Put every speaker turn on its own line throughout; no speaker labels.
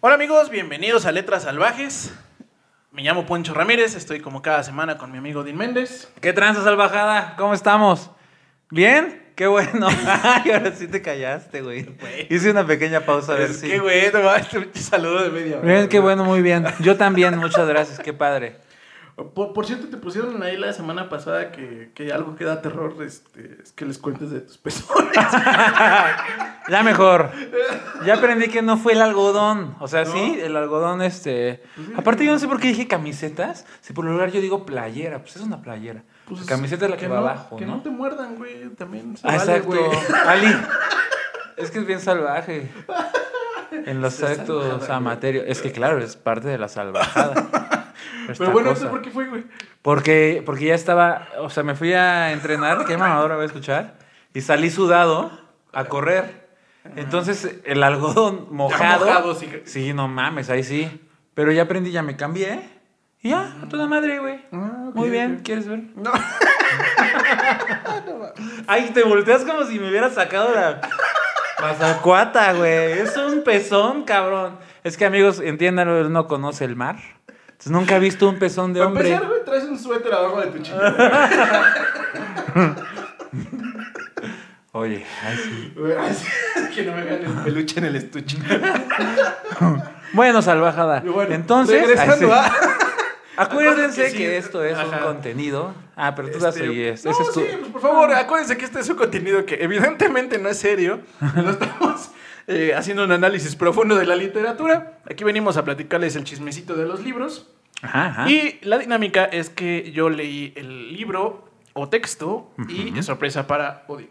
Hola amigos, bienvenidos a Letras Salvajes. Me llamo Poncho Ramírez, estoy como cada semana con mi amigo Din Méndez.
¿Qué tranza salvajada? ¿Cómo estamos? ¿Bien? Qué bueno. Ay, ahora sí te callaste, güey.
Güey.
Hice una pequeña pausa a ver
Es
si.
que, güey, te va este pinche saludo de media hora,
Bien, qué
güey.
bueno, muy bien. Yo también, muchas gracias, qué padre.
Por, por cierto, te pusieron ahí la semana pasada que, que algo que da terror este, es que les cuentes de tus pezones.
Ya mejor. Ya aprendí que no fue el algodón. O sea, sí,
¿No?
el algodón, este. Aparte, yo no sé por qué dije camisetas. Si por lo regular yo digo playera, pues es una playera.
Pues,
camiseta es la que, va
no,
abajo,
Que
¿no?
no te muerdan, güey, también se
Ah,
vale,
exacto.
güey.
Ali. Es que es bien salvaje. En los
Es salvajada,
actos
güey.
amatorios. Es que claro, es parte de la salvajada.
Pero bueno, ¿eso por qué fue, güey?
Porque, porque ya estaba, o sea, me fui a entrenar, qué mamadora voy a escuchar, y salí sudado a correr. Entonces, el algodón mojado.
mojado, sí.
Sí, no mames, ahí sí. Pero ya aprendí, ya me cambié. Y ya, a toda madre, güey.
Ah, ok,
Muy bien,
ok.
¿quieres ver?
No.
Ay, te volteas como si me hubieras sacado la mazacuata, güey. Es un pezón, cabrón. Es que, amigos, entiéndanlo, él no conoce el mar. Entonces, nunca ha visto un pezón de
Para
hombre.
empezar, güey, traes un suéter abajo de tu chica.
Oye, ay, sí.
güey. Ay, sí, que no me vean el peluche en el estuche.
Bueno, salvajada.
Y bueno,
Entonces,
regresando
ay, sí.
a...
acuérdense
Acuérdate
que,
que sí.
esto es un
Ajá.
contenido. Ah, pero tú la
Este,
seguías.
no,
Ese es tu-
sí, pues, por favor, acuérdense que este es un contenido que evidentemente no es serio. No estamos eh, haciendo un análisis profundo de la literatura. Aquí venimos a platicarles el chismecito de los libros.
Ajá, ajá.
Y la dinámica es que yo leí el libro o texto y sorpresa para Odín.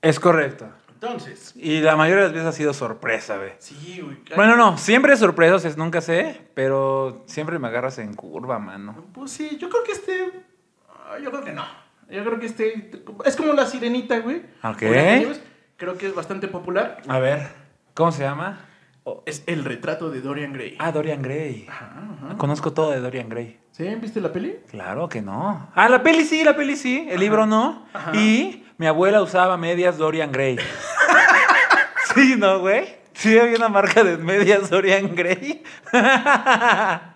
Es correcto.
Entonces,
Y la mayoría de las veces ha sido sorpresa, güey.
sí, güey.
Bueno, no, siempre sorpresas, es nunca sé, pero siempre me agarras en curva, mano.
Pues sí, yo creo que este. ah, Yo creo que no. Yo creo que este. Es como la sirenita, güey.
Ok.
Una que llevas. Creo que es bastante popular.
A ver, ¿cómo se llama? Oh.
Es el retrato de Dorian Gray.
Ah, Dorian Gray.
Ajá, ajá.
Conozco todo de Dorian Gray.
¿Sí? ¿Viste la peli?
Claro que no. Ah, la peli sí, la peli sí, el libro no.
Ajá.
Y mi abuela usaba medias Dorian Gray. sí, ¿no, güey? Sí, había una marca de medias Dorian Gray.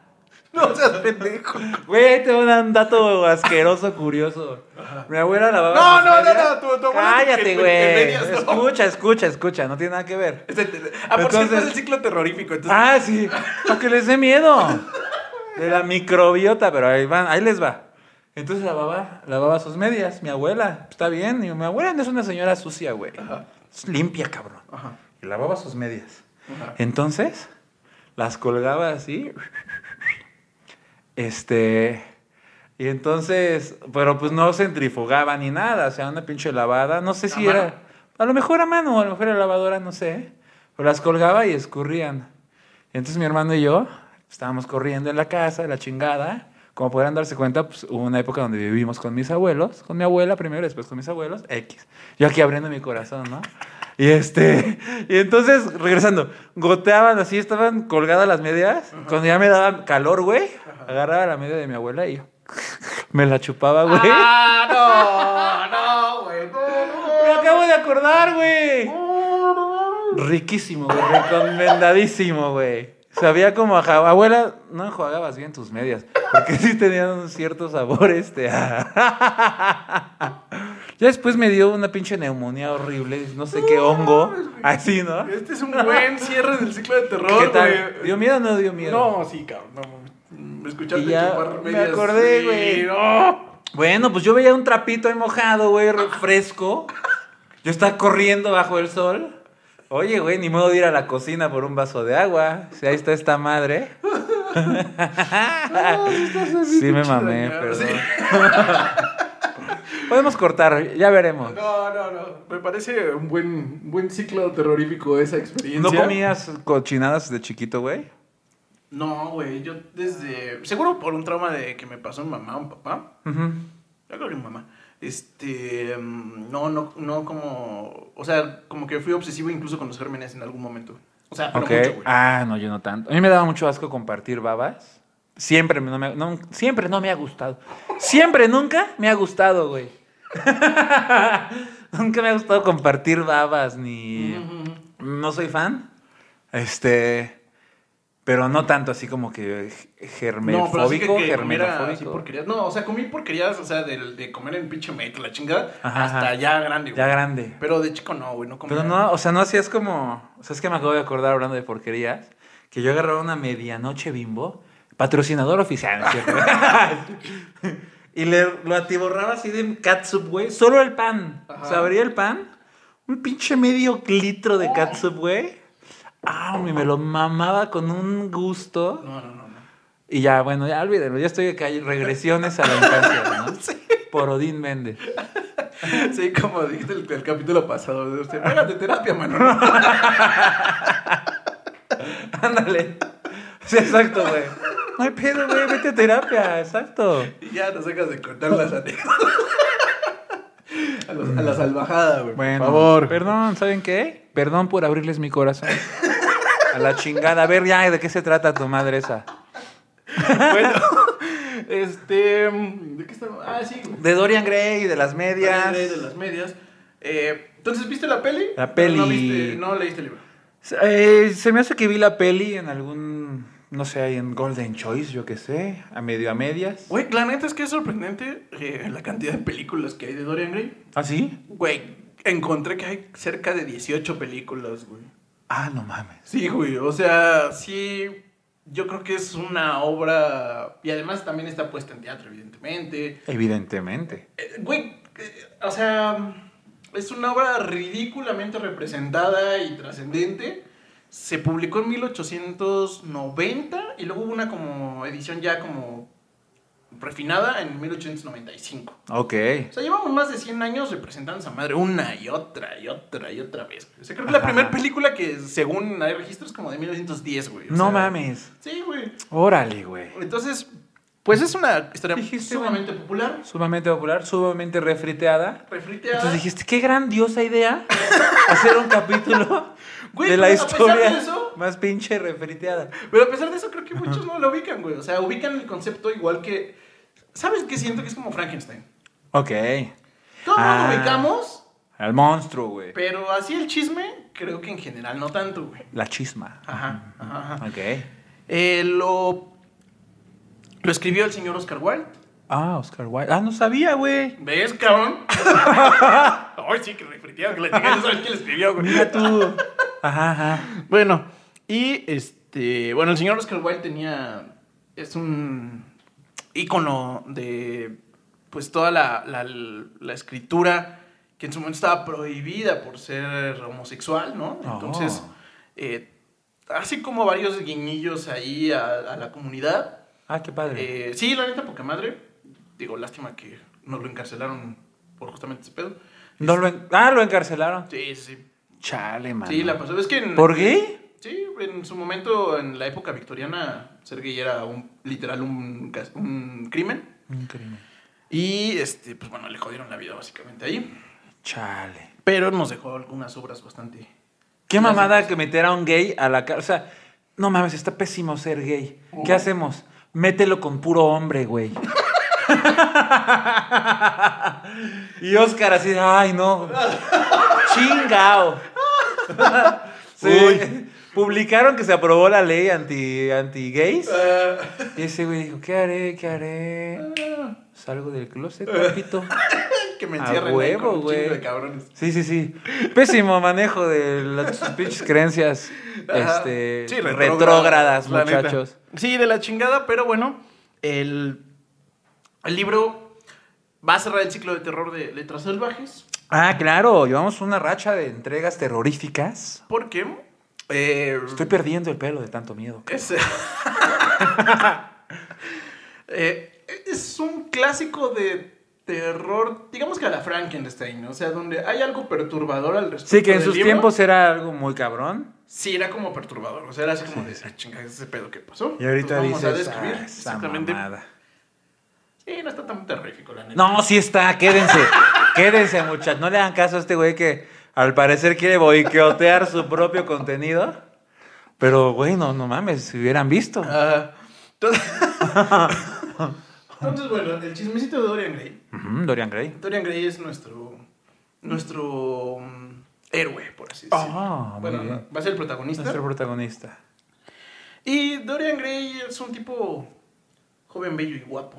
No seas pendejo.
Güey, te voy a dar un dato asqueroso, curioso. Mi abuela lavaba.
No,
sus
no, no,
medias.
no, tu- tu abuela
Cállate,
en- en-
güey.
en medias, no.
Escucha, escucha, escucha, no tiene nada que ver.
Ah, por cierto,
Entonces-
es el ciclo terrorífico. Entonces,
Ah, sí. Para que les dé miedo. De la microbiota, pero ahí van, ahí les va. Entonces lavaba, lavaba sus medias, mi abuela. Está bien, y mi abuela no es una señora sucia, güey. Es limpia, cabrón.
Ajá.
Y lavaba sus medias.
Ajá.
Entonces, las colgaba así. Este. Y entonces, pero pues no centrifugaba ni nada, o sea, una pinche lavada, no sé
¿A
si
mano?
era, a lo mejor a mano, a lo mejor a la lavadora, no sé, pero las colgaba y escurrían. Entonces mi hermano y yo estábamos corriendo en la casa, la chingada, como podrán darse cuenta, pues hubo una época donde vivimos con mis abuelos, con mi abuela primero, después con mis abuelos, X. Yo aquí abriendo mi corazón, ¿no? Y este, y entonces, regresando, goteaban así, estaban colgadas las medias. Cuando ya me daba calor, güey, agarraba la media de mi abuela y yo me la chupaba, güey.
Ah, no, no, güey. No,
Me acabo de acordar, güey.
no, no, no.
Riquísimo, güey. Recomendadísimo, güey. Sabía como a jab- abuela, no enjuagabas bien tus medias. Porque sí tenían un cierto sabor este. a- Ya después me dio una pinche neumonía horrible, no sé qué hongo. Así, ¿no?
Este es un buen cierre del ciclo de terror,
¿Qué tal?
güey.
¿Dio miedo o no dio miedo?
No, sí, cabrón. No, me escuchaste
Y ya
chupar
me
medias.
acordé,
Sí,
güey.
no.
Bueno, pues yo veía un trapito ahí mojado, güey, re- fresco. Yo estaba corriendo bajo el sol. Oye, güey, ni modo de ir a la cocina por un vaso de agua. Si ahí está esta madre. Ah, Sí me mamé,
Claro, sí.
perdón. Podemos cortar, ya veremos.
No, no, no. Me parece un buen, un buen ciclo terrorífico esa
¿No
experiencia.
comías cochinadas de chiquito, güey?
No, güey, yo desde. Seguro por un trauma de que me pasó mi mamá o mi papá.
Ujú.
Yo creo que mi mamá. Este. mm, No, no, no como. O sea, como que fui obsesivo incluso con los gérmenes en algún momento. O sea, pero
Ok.
mucho, güey.
ah, no, yo no tanto. A mí me daba mucho asco compartir babas. Siempre me- no me, no- siempre no me ha gustado. Siempre, nunca me ha gustado, güey. nunca me ha gustado compartir babas, ni...
Ujú.
No soy fan. Este... Pero no tanto así como que eh, germefóbico,
No, pero así que, que comiera así
germenofóbico.
porquerías. No, o sea, comí porquerías, o sea, del- de, comer en pinche metro, la chingada,
Ajá,
hasta
ajá.
ya grande, güey.
Ya grande.
Pero de chico no, güey, no comía.
Pero no, o sea, no hacías como. O sea, es que me acabo de acordar hablando de porquerías. Que yo agarraba una medianoche bimbo, patrocinador oficial, ¿no es cierto? y le, lo atiborraba así de catsup, güey. Solo el pan.
Ajá.
O sea, abría el pan, un pinche medio litro de catsup, güey. Ah, hombre, me lo mamaba con un gusto.
No, no, no. no.
Y ya, bueno, ya olvídenlo. Ya estoy acá. hay Regresiones a la infancia, ¿no? Por Odín Méndez.
Sí, como dijiste el, el capítulo pasado, de usted, hágate terapia, mano.
Ándale. Sí, exacto, güey. No hay pedo, güey. Vete a terapia. Exacto.
Y ya te sacas de cortar las anécdotas. A, los- a la salvajada, güey.
Bueno.
por favor.
Perdón, ¿saben qué? Perdón por abrirles mi corazón. A la chingada. A ver, ya, ¿de qué se trata tu madre esa?
Bueno, este. mm, ¿De qué estamos? Ah, sí, güey.
De Dorian Gray, de las medias.
Dorian Gray de las medias. Eh, Entonces, ¿viste la peli?
La
Pero No,
peli.
viste, no leíste el libro.
Eh, se me hace que vi la peli en algún. No sé, ahí en Golden Choice, yo qué sé. A medio a medias.
Güey, la neta es que es sorprendente eh, la cantidad de películas que hay de Dorian Gray.
¿Ah, sí?
Güey, encontré que hay cerca de 18 películas, güey.
Ah, no mames.
Sí, güey, o sea, sí, yo creo que es una obra... Y además también está puesta en teatro, evidentemente.
Evidentemente.
Eh, Güey, eh, o sea, es una obra ridículamente representada y trascendente. Se publicó en 1890 y luego hubo una como edición ya como refinada en 1895.
Ok.
O sea, llevamos más de 100 años representando esa madre una y otra y otra y otra vez. güey. O sea, creo que la
Ajá.
primera película que según hay registros es como de 1910, güey. o
No
sea,
mames.
Sí, güey.
Órale, güey.
Entonces, pues es una historia
Dijiste, güey.
sumamente popular.
sumamente popular, sumamente refriteada.
Refriteada.
Entonces dijiste, qué grandiosa idea hacer un capítulo
Güey,
de la
pero a pesar
historia
de eso-
más pinche refriteada.
Pero a pesar de eso, creo que muchos no lo ubican, güey. O sea, ubican el concepto igual que. ¿Sabes qué siento que es como Frankenstein?
Ok.
Todos
Ah.
lo ubicamos,
Al monstruo, güey.
pero así el chisme, creo que en general no tanto, güey.
La chisma.
Ajá, ajá, ajá.
Ok.
Eh, lo. Lo escribió el señor Oscar Wilde.
Ah, Oscar Wilde. Ah, no sabía, güey.
¿Ves, cabrón? Ay, sí, que refriteado, que la chingada, no sabes quién lo escribió, güey.
Mira tú. Ajá, ajá.
Bueno, y este. Bueno, el señor Oscar Wilde tenía. Es un ícono de. Pues toda la, la- la escritura que en su momento estaba prohibida por ser homosexual, ¿no?
Oh.
Entonces, eh, hace como varios guiñillos ahí a, a la comunidad.
Ah, qué padre.
Eh, sí, la neta, poca madre. Digo, lástima que nos lo encarcelaron por justamente ese pedo.
No lo en- Ah, lo encarcelaron.
Sí, sí, sí.
Chale, man.
Sí, la pasó. Es que en-
¿Por qué?
Sí, en su momento, en la época victoriana, ser gay era un, literal un, cas- un crimen.
Increíble.
Y, este, pues bueno, le jodieron la vida básicamente ahí.
Chale.
Pero nos dejó algunas obras bastante...
Qué
Las
mamada
otras.
que meter a un gay a la cárcel. O sea, no mames, está pésimo ser gay. ¿Qué hacemos? Mételo con puro hombre, güey. y Oscar así, ay, no. Chingao. Sí.
Uy.
Publicaron que se aprobó la ley anti, anti-gays. y ese güey dijo, ¿qué haré? ¿Qué haré?
Ah,
Salgo del closet, papito.
que me
A
encierren ahí
huevo,
con un
güey.
chingo de cabrones.
Sí, sí, sí. Pésimo manejo de las sus pinches creencias
Ajá.
este,
Sí,
retrógradas,
la neta.
muchachos.
Sí, de la chingada, pero bueno, el, el libro va a cerrar el ciclo de terror de Letras Salvajes.
Ah, claro, llevamos una racha de entregas terroríficas.
Porque... eh,
Estoy perdiendo el pelo de tanto miedo.
Es, Eh, es un clásico de terror, digamos que a la Frankenstein, ¿no? o sea, donde hay algo perturbador al respecto.
Sí, que en
del
sus
libro.
tiempos era algo muy cabrón.
Sí, era como perturbador, o sea, era así como de, "Ah, chinga, ese pedo que pasó.
Y
Entonces,
ahorita dices,
vamos a describir
"Ah, esa
exactamente.
mamada".
Sí, no está tan terrífico, la neta.
No, sí está, quédense. quédense, muchachos. No le hagan caso a este güey que al parecer quiere boicotear su propio contenido. Pero, güey, no, no mames, si hubieran visto.
Ah, entonces... Entonces, bueno, el chismecito de Dorian Gray.
Ujú, Dorian Gray.
Dorian Gray es nuestro nuestro mm, héroe, por así decirlo.
Ah, muy
bueno,
bien.
va a ser el protagonista.
Nuestro protagonista.
Y Dorian Gray es un tipo joven, bello y guapo.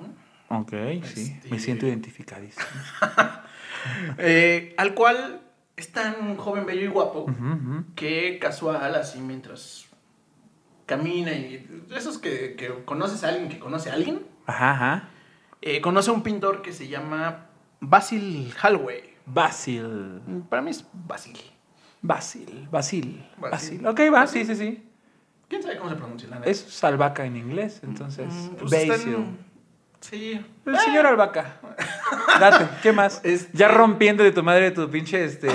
¿no?
Ok, sí. Me
Este-
siento identificadísimo.
Eh, al cual es tan joven, bello y guapo
Ujú, ujú.
que casual, así mientras camina y esos que, que conoces a alguien que conoce a alguien,
Ajá, ajá.
eh, conoce a un pintor que se llama Basil Hallway.
Basil.
Para mí es Basil.
Basil. Basil.
Basil.
Basil. Ok, va, sí, sí, sí.
¿Quién sabe cómo se pronuncia la neta?
Es salvaca en inglés, entonces.
Mm, pues
Basil.
están- Sí.
El señor albahaca. Date, ¿qué más?
Es-
Ya rompiendo de tu madre tu pinche, este,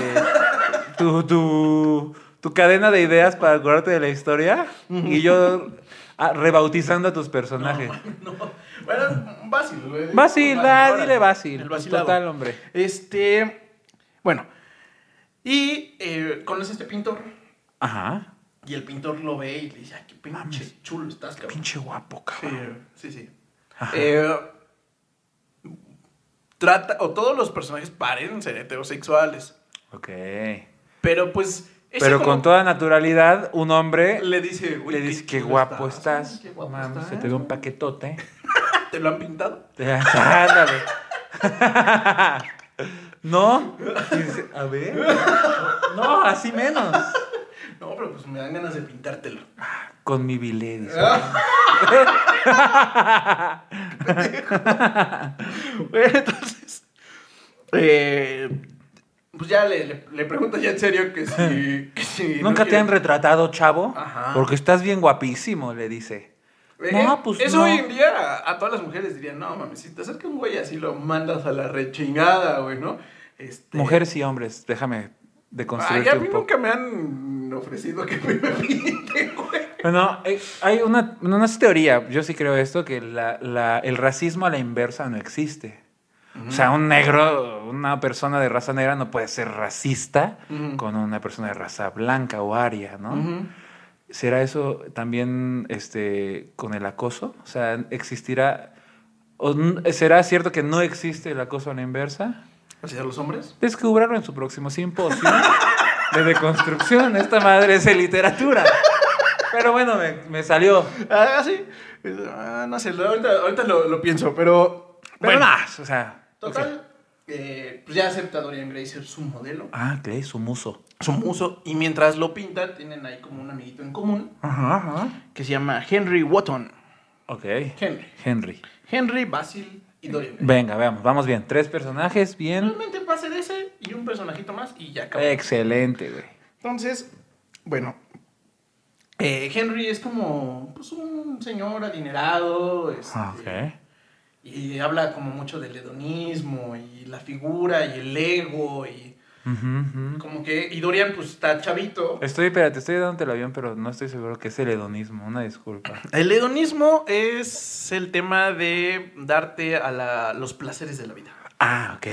tu, tu, tu cadena de ideas para acordarte de la historia y yo ah, rebautizando a tus personajes.
No. Bueno, Basil. güey.
Basil, va,
Órale.
dile Basil.
El
Pues,
vacilado.
Total, hombre.
Este. Bueno. Y eh, conoce a este pintor.
Ajá.
Y el pintor lo ve y le dice: "Ay, qué pinche chulo estás, cabrón.
Pinche guapo,
Sí,
cabrón.
sí, sí.
Ajá.
Eh, trata. O todos los personajes paren ser heterosexuales.
Ok.
Pero pues. ese
Pero
como
con toda naturalidad, un hombre
Le dice: "Güey,
le dice, qué
chulo
guapo estás.
Qué guapo ¿eh?
Mames,
estás.
Se te ve un paquetote.
¿Te lo han pintado?
Ándale. no. Y dice, A ver. No, así menos.
No, pero pues me dan ganas de pintártelo.
Con mi bilet.
Ah, Bueno, entonces. eh, pues ya le, le, le pregunto ya en serio que si. que si no
Nunca te
quiere-
han retratado, chavo.
Ajá.
Porque estás bien guapísimo, le dice.
Eh,
No, pues
Eso
no.
hoy en día a, a todas las mujeres dirían: no mames, si te acerca un güey así lo mandas a la rechingada, güey, ¿no? Este,
Mujeres y hombres, déjame
Ay,
deconstruirte
a mí
un poco.
nunca me han ofrecido que me pinten, güey.
Bueno, eh, hay una, no no es teoría, yo sí creo esto, que la- la- el racismo a la inversa no existe. O sea, un negro, una persona de raza negra no puede ser racista
Ujú.
con una persona de raza blanca o aria, ¿no?
Ujú.
¿Será eso también este, con el acoso? O sea, ¿existirá, o n- será cierto que no existe el acoso a la inversa?
¿Hacia los hombres?
Descúbralo en su próximo simposio de deconstrucción. Esta madre es de literatura. Pero bueno, me, me salió.
Ah, sí. Ah, no sé, ahorita, ahorita lo, lo pienso, pero.
Pero
bueno,
más, o sea. ok.
Total, eh, pues ya acepta Dorian Gray ser su modelo,
Ah, que es su muso.
su muso, y mientras lo pinta, tienen ahí como un amiguito en común
Ajá, ajá.
que se llama Henry Wotton.
Ok.
Henry.
Henry.
Henry, Basil y Dorian Gray.
Venga, veamos, vamos bien. Tres personajes, bien.
Realmente va a ser ese y un personajito más y ya acabó.
Excelente, güey.
Entonces, bueno. eh, Henry es como pues, un señor adinerado. Este,
Ah, Ok.
Y habla como mucho del hedonismo y la figura y el ego y
Ujú, ujú.
como que... Y Dorian pues está chavito.
Estoy, espérate, estoy dándote el avión, pero no estoy seguro que es el hedonismo. Una disculpa.
El hedonismo es el tema de darte a la- los placeres de la vida.
Ah, ok.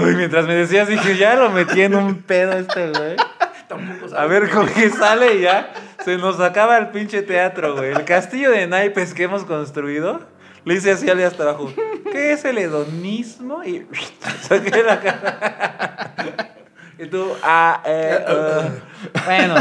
Uy, mientras me decías, dije, ya lo metí en un pedo este, güey.
Tampoco sabes.
A ver con qué sale y ya. Se nos acaba el pinche teatro, güey. El castillo de naipes que hemos construido. Le hice así al de hasta abajo. ¿Qué es el hedonismo? Y saqué la cara. Y tú, ah, eh, uh. Bueno.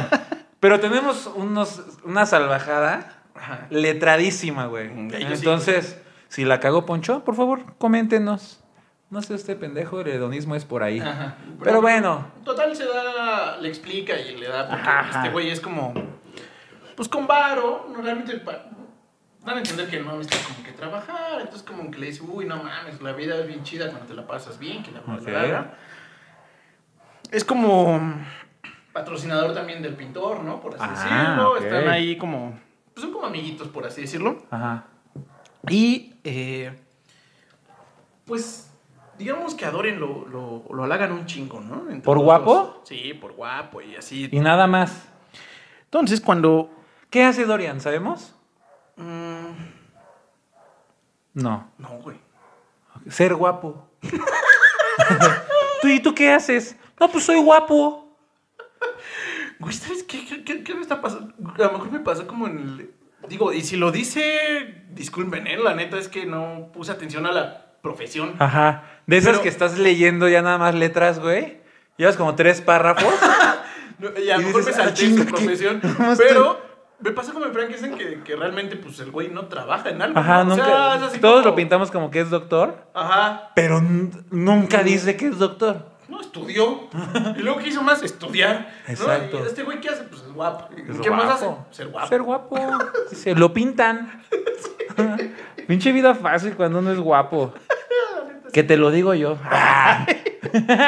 Pero tenemos unos, una salvajada
Ajá.
letradísima, güey.
Mm, yo sí.
Entonces, si la cagó Poncho, por favor, coméntenos. No sé usted, pendejo, el hedonismo es por ahí.
Ajá.
Pero bueno.
Total se da, le explica y le da, porque
Ajá.
este güey es como, pues con varo, no realmente pa- dan a entender que no necesita como que trabajar, entonces como que le dice, uy, no mames, la vida es bien chida cuando te la pasas bien, que la bla, bla, bla,
Ok.
bla". Es como patrocinador también del pintor, ¿no? Por así
Ah,
decirlo,
ok.
están ahí como, pues son como amiguitos, por así decirlo.
Ajá.
Y eh, pues digamos que adoren lo, lo, lo halagan un chingo, ¿no? Entre
¿Por
los
guapo?
dos. Sí, por guapo y así.
Y nada más.
Entonces cuando...
¿Qué hace Dorian? ¿Sabemos?
mm,
No.
no, güey.
Ser guapo. ¿Tú, ¿Y tú qué haces? No, pues soy guapo.
Güey, ¿sabes qué, qué, qué- qué me está pasando? A lo mejor me pasó como en el... Digo, y si lo dice, disculpen, ¿eh? la neta es que no puse atención a la profesión.
Ajá. De esas
Pero-
que estás leyendo ya nada más letras, güey. Llevas como tres párrafos.
No, y a
Y
lo mejor
dices,
me
"Ah,
salté
chinga,
su
¿qué?
profesión,
¿Cómo
pero Me pasa como el Frankenstein que, que realmente, pues, el güey no trabaja en algo.
Ajá,
¿no? O sea,
nunca.
es así
todos
como-
lo pintamos como que es doctor,
Ajá.
pero n- nunca dice que es doctor.
No, estudió. y luego, ¿qué hizo más? Estudiar. ¿no?
Exacto.
Y este güey, ¿qué hace? Pues, es guapo. ¿Y
Es
¿Qué más hace?
guapo.
Ser guapo.
Ser guapo. Sí, se lo pintan. Pinche vida fácil cuando uno es guapo. que te lo digo yo.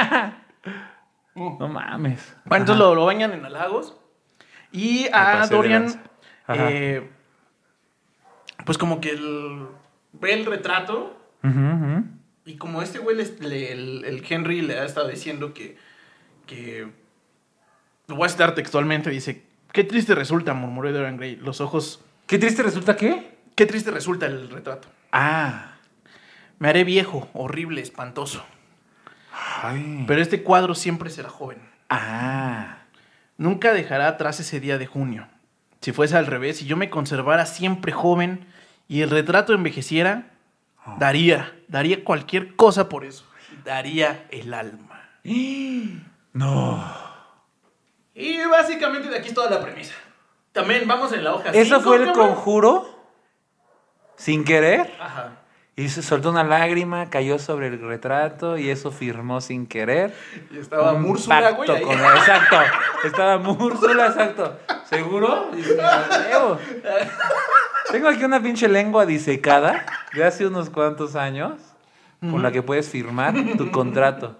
no mames.
Bueno, entonces lo, lo bañan en halagos. Y a
pasé de
Dorian,
lanza. Ajá.
eh, pues como que el- ve el retrato
Ujú, ujú.
y como este güey, les- le- el, el Henry le ha estado diciendo que, que, lo voy a citar textualmente, dice, qué triste resulta, murmuró Dorian Gray, los ojos,
Qué triste resulta que.
qué triste resulta el retrato.
Ah.
Me haré viejo, horrible, espantoso,
Ay.
pero este cuadro siempre será joven.
Ah.
Nunca dejará atrás ese día de junio. Si fuese al revés, si yo me conservara siempre joven y el retrato envejeciera, Ah. daría, daría cualquier cosa por eso. Daría el alma.
No.
Y básicamente de aquí es toda la premisa. También vamos en la hoja.
Eso
cinco,
fue el
cabrón.
conjuro. Sin querer.
Ajá.
Y se soltó una lágrima, cayó sobre el retrato y eso firmó sin querer.
Y estaba
un
Múrsula,
pacto
güey. ahí.
con- Exacto. Estaba Múrsula, exacto. ¿Seguro? Dice, "Leo". Tengo aquí una pinche lengua disecada de hace unos cuantos años con la que puedes firmar tu contrato.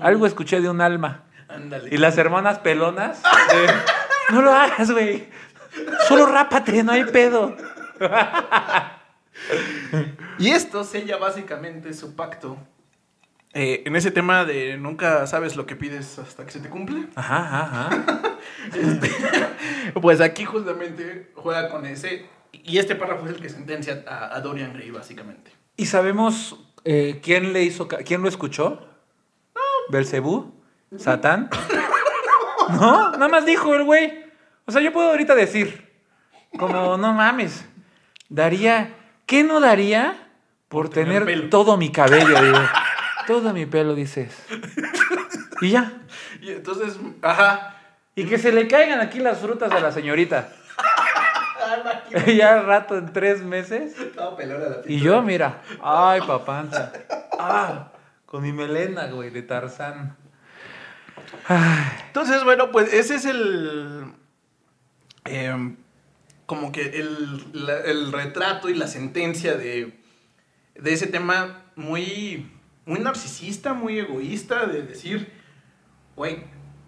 Algo escuché de un alma.
Ándale.
Y las hermanas pelonas. de, no lo hagas, güey. Solo rápate, no hay pedo.
Y esto sella básicamente su pacto. Eh, en ese tema de nunca sabes lo que pides hasta que se te cumple.
Ajá, ajá, ajá.
Pues aquí justamente juega con ese. Y este párrafo es el que sentencia a, a Dorian Gray, básicamente.
¿Y sabemos eh, quién le hizo, ca- quién lo escuchó? ¿Belcebú? ¿Satán? No, nada más dijo el güey. O sea, yo puedo ahorita decir, como, no mames, daría, ¿qué no daría por,
tener
tener,
pelo.
todo mi cabello? digo. todo mi pelo, dices. Y ya.
Y entonces, ajá.
Y que se le caigan aquí las frutas a la señorita. ya al rato, en tres meses.
Ah, Estaba pelona la
Y yo, mira, ay, papanza. Ah, con mi melena, güey, de Tarzán.
Entonces, bueno, pues ese es el. em, como que el, la- el retrato y la sentencia de, de ese tema muy, muy narcisista, muy egoísta, de decir, güey,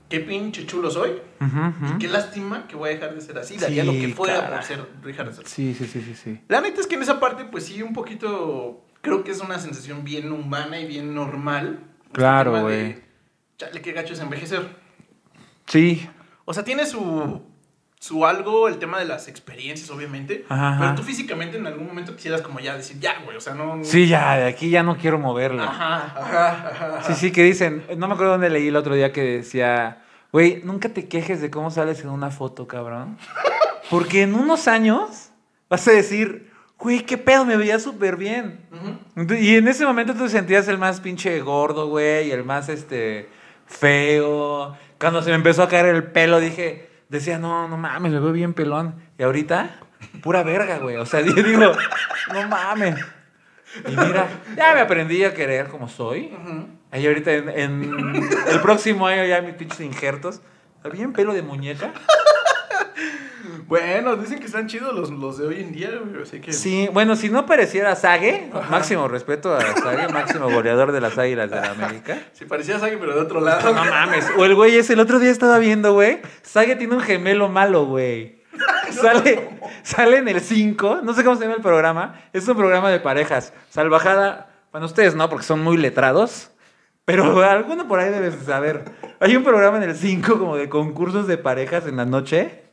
qué pinche chulo soy.
Ujú,
Y
ujú.
qué lástima que voy a dejar de ser así. Daría lo que
Sí,
fuera por
caray.
ser, dejar de ser así.
Sí, sí, sí, sí, sí.
La neta es que en esa parte, pues sí, un poquito. Creo que es una sensación bien humana y bien normal. Este
Claro,
tema de,
güey.
Chale, qué gacho es envejecer.
Sí.
O sea, tiene su. Su algo, el tema de las experiencias, obviamente.
Ajá, ajá.
Pero tú físicamente en algún momento quisieras, como ya decir, ya, güey, o sea, no.
Sí, ya, de aquí ya no quiero moverla.
Ajá, ajá, ajá.
Sí, sí, que dicen, no me acuerdo dónde leí el otro día que decía, güey, nunca te quejes de cómo sales en una foto, cabrón. Porque en unos años vas a decir, güey, qué pedo, me veía súper bien.
Ujú.
Ent- Y en ese momento tú te sentías el más pinche gordo, güey, el más este feo. Cuando se me empezó a caer el pelo, dije, decía, no, no mames, me veo bien pelón. Y ahorita, pura verga, güey. O sea, yo digo, no mames. Y mira, ya me aprendí a querer como soy.
Ujú.
Ahí ahorita en, en el próximo año ya mis pinches injertos. Bien pelo de muñeca.
Bueno, dicen que están chidos los, los de hoy en día, güey, así que.
Sí, bueno, si no pareciera Sage, máximo respeto a Sage, máximo goleador de las Águilas de la América.
Si parecías alguien, pero de otro lado.
No mames. O el güey ese, el otro día estaba viendo, güey. Sage tiene un gemelo malo, güey. Sale, sale en el 5, no sé cómo se llama el programa. Es un programa de parejas. Salvajada, bueno, ustedes no, porque son muy letrados. Pero alguno por ahí debes de saber. Hay un programa en el 5 como de concursos de parejas en la noche.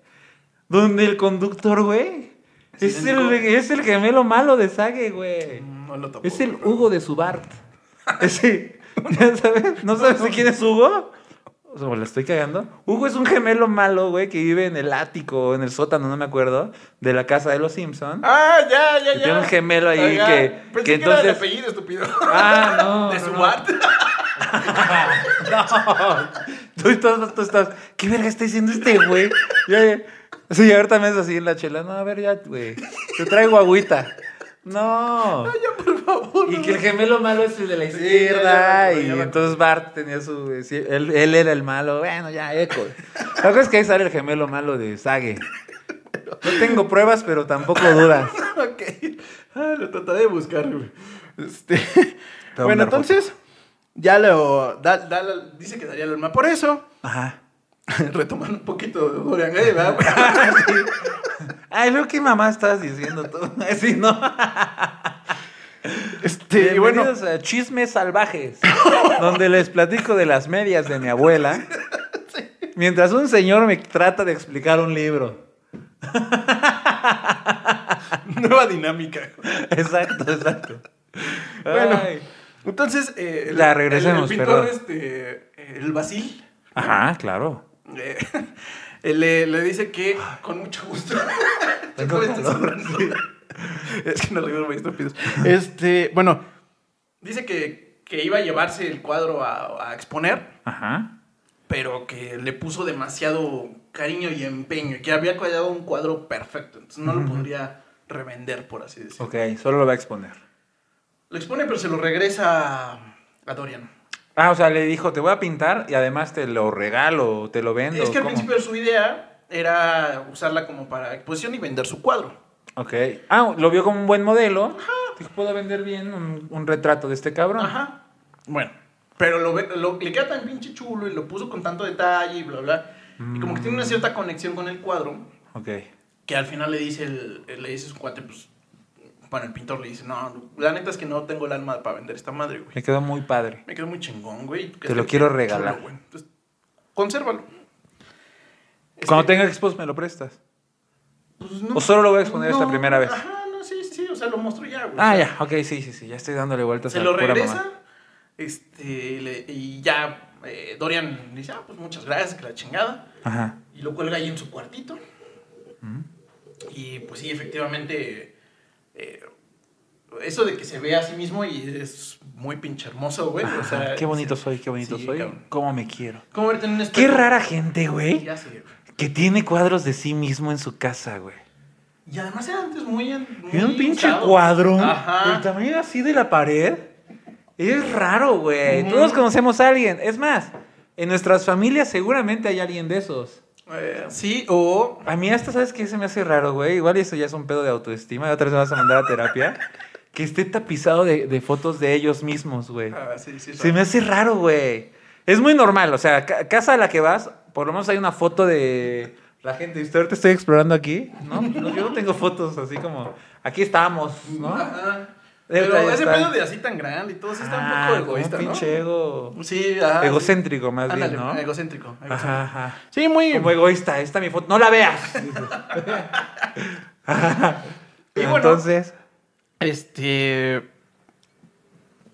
Donde el conductor, güey,
¿Es
es el,
idéntico?
es el gemelo malo de Sage, güey.
No lo topo.
Es el
pero-
Hugo de Subart. Ese, ¿ya sabes? ¿No sabes de quién es Hugo? O sea, ¿me la estoy cagando. Hugo es un gemelo malo, güey, que vive en el ático, o en el sótano, no me acuerdo, de la casa de los Simpson.
Ah, ya, ya, ya.
Que tiene un gemelo ahí que-
Pensé era
que
el
entonces-
apellido, estúpido.
Ah, no.
de su
no,
bar.
No. Tú, estás- tú estás. ¿Qué verga está diciendo este güey? Ya, ya. Sí, ahorita me es así la chela. No, a ver, ya, güey. Te traigo agüita. No.
Ya, por favor.
Y
no
que el
me-
gemelo malo es el de la
Sí,
izquierda.
ya, ya me acuerdo,
y
ya me
entonces Bart tenía su. eh, sí, Él, él era el malo. Bueno, ya, eco. La cosa es que ahí sale el gemelo malo de Sage. No tengo pruebas, pero tampoco dudas.
Ok. Ah, lo trataré de buscar, güey. Este.
Pero
bueno,
una foto.
entonces. Ya lo. da- da la- dice que daría el alma por eso.
Ajá.
Retomando un poquito de Dorian Gray, ¿verdad?
Ay, lo que mamá estás diciendo tú. Sí, no.
Este, y bueno.
Bienvenidos a Chismes Salvajes, donde les platico de las medias de mi abuela, mientras un señor me trata de explicar un libro.
Nueva dinámica.
Exacto, exacto.
Bueno,
Ay.
entonces. eh, el-
Ya, regresemos,
El, el pintor,
perdón.
este. El Basil.
Ajá, claro.
eh, le, le dice que con mucho gusto.
Tengo
Chico, esto es
calor.
un rato. es que no recuerdo mis estúpidos. Este, bueno, dice que, que iba a llevarse el cuadro a, a exponer,
Ajá.
pero que le puso demasiado cariño y empeño, y que había cuidado un cuadro perfecto, entonces no lo podría revender, por así decirlo.
Ok, solo lo va a exponer.
Lo expone, pero se lo regresa a- a Dorian.
Ah, o sea, le dijo, te voy a pintar y además te lo regalo, o te lo vendo.
Es que al
¿cómo?
principio su idea era usarla como para exposición y vender su cuadro.
Ok. Ah, lo vio como un buen modelo. Dijo, puedo vender bien un, un retrato de este cabrón.
Ajá. Bueno. Pero lo, ve- lo- le queda tan pinche chulo y lo puso con tanto detalle y bla, bla. Y como que tiene
Mm.
una cierta conexión con el cuadro,
Ok.
que al final le dice, el, le dice su cuate, pues, bueno, el pintor le dice, no, la neta es que no tengo el alma para vender esta madre, güey.
Me quedó muy padre.
Me quedó muy chingón, güey.
Te lo quiero regalar.
güey. Entonces, consérvalo.
Cuando
Este,
tenga expos, me lo prestas.
pues, no.
¿O solo lo voy a exponer esta primera vez?
Ajá, no, sí, sí, sí, o sea, lo muestro ya, güey.
Ah,
O sea,
ya, ok, sí, sí, sí, ya estoy dándole vueltas
Se
a
lo
la pura
regresa.
mamá.
Este, y le- y ya eh, Dorian le dice, ah, pues muchas gracias, que la chingada.
Ajá.
Y lo cuelga ahí en su cuartito.
Mm.
Y pues sí, efectivamente, eh, eso de que se ve a sí mismo y es muy pinche hermoso, güey. O sea,
Ajá, qué bonito soy, qué bonito
sí,
soy.
cabrón.
Cómo me quiero.
¿Cómo verte en un espejo?
Qué rara gente, güey,
Ya sé, güey.
que tiene cuadros de sí mismo en su casa, güey.
Y además era antes muy... en- muy
Tiene un pinche
usado.
cuadro del
Mm, Ajá.
tamaño así de la pared. Es raro, güey.
Ujú.
Todos conocemos a alguien. Es más, en nuestras familias seguramente hay alguien de esos.
Eh, sí, o...
A mí hasta, ¿sabes qué se me hace raro, güey? Igual eso ya es un pedo de autoestima. Otra vez me vas a mandar a terapia. Que esté tapizado de, de fotos de ellos mismos, güey.
Ah, sí, sí,
Se me hace raro, güey. Es muy normal, o sea, ca- casa a la que vas, por lo menos hay una foto de la gente. Y ahorita estoy explorando aquí, ¿no? No, Yo no tengo fotos así como, aquí estamos, ¿no?
Ajá.
Debe
Pero
estar-
ese
estar-
pedo de así tan grande y todo sí está
Ah,
un
como
poco egoísta, ¿no? Ah,
pinche ego.
Sí, ajá.
Egocéntrico, más
Ándale,
bien, ¿no?
egocéntrico. egocéntrico.
Ajá, ajá.
Sí, muy...
Como egoísta, esta mi foto, no la veas.
Y bueno,
Entonces,
Este.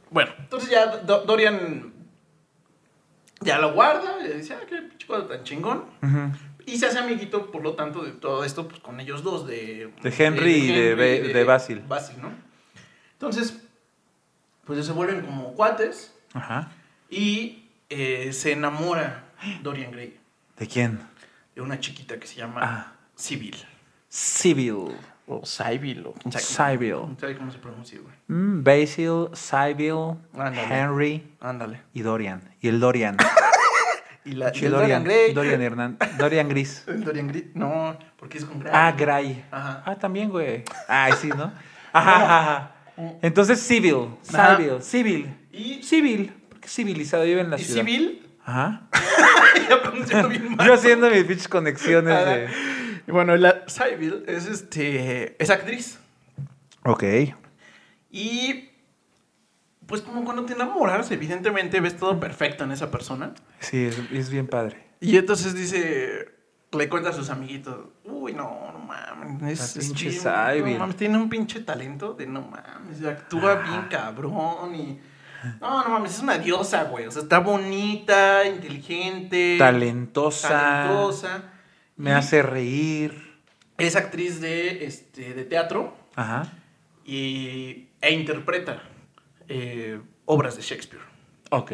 Bueno, entonces ya Do- Dorian. Ya lo guarda, le dice, ah, qué pinche cuadro tan chingón.
ujú,
Y se hace amiguito, por lo tanto, de todo esto, pues con ellos dos, de.
De Henry y de Be- de Basil.
Basil, ¿no? Entonces, pues ya se vuelven como cuates
ajá.
y eh, se enamora Dorian Gray
¿De quién?
de una chiquita que se llama
Ah,
Sibyl.
Civil.
O Sybil, o quién sabe
Sybil.
cómo- sabe cómo se pronuncia, güey.
Mm, Basil, Sybil,
Ándale.
Henry.
Ándale.
Y Dorian. Y el Dorian.
Y la
Che,
y el Dorian, Gray.
Dorian Hernan- Dorian Gris.
El Dorian Gray. No, porque es con Gray.
Ah, Gray.
Ajá.
Ah, también, güey. Ay, sí, ¿no? Ajá, ajá, ajá. Entonces, civil.
Ajá.
Civil. Civil.
Y,
Civil. Porque civilizado vive en la
y
ciudad.
Civil.
Ajá.
ya pronunciando bien mal.
Yo haciendo mis pinches conexiones
Ajá.
de.
Y Bueno, la Sybil es este. Es actriz.
Ok.
Y. Pues como cuando te enamoras, evidentemente ves todo perfecto en esa persona.
Sí, es, es bien padre.
Y entonces dice. Le cuenta a sus amiguitos. Uy, no, no mames. Es,
La
es
pinche
bien-
Sybil.
No mames, tiene un pinche talento de no mames. Actúa bien cabrón y. No, no mames, es una diosa, güey. O sea, está bonita, inteligente.
Talentosa.
talentosa.
Me
Y
hace reír.
Es actriz de, este, de teatro
Ajá.
y, e interpreta eh, obras de Shakespeare.
Ok.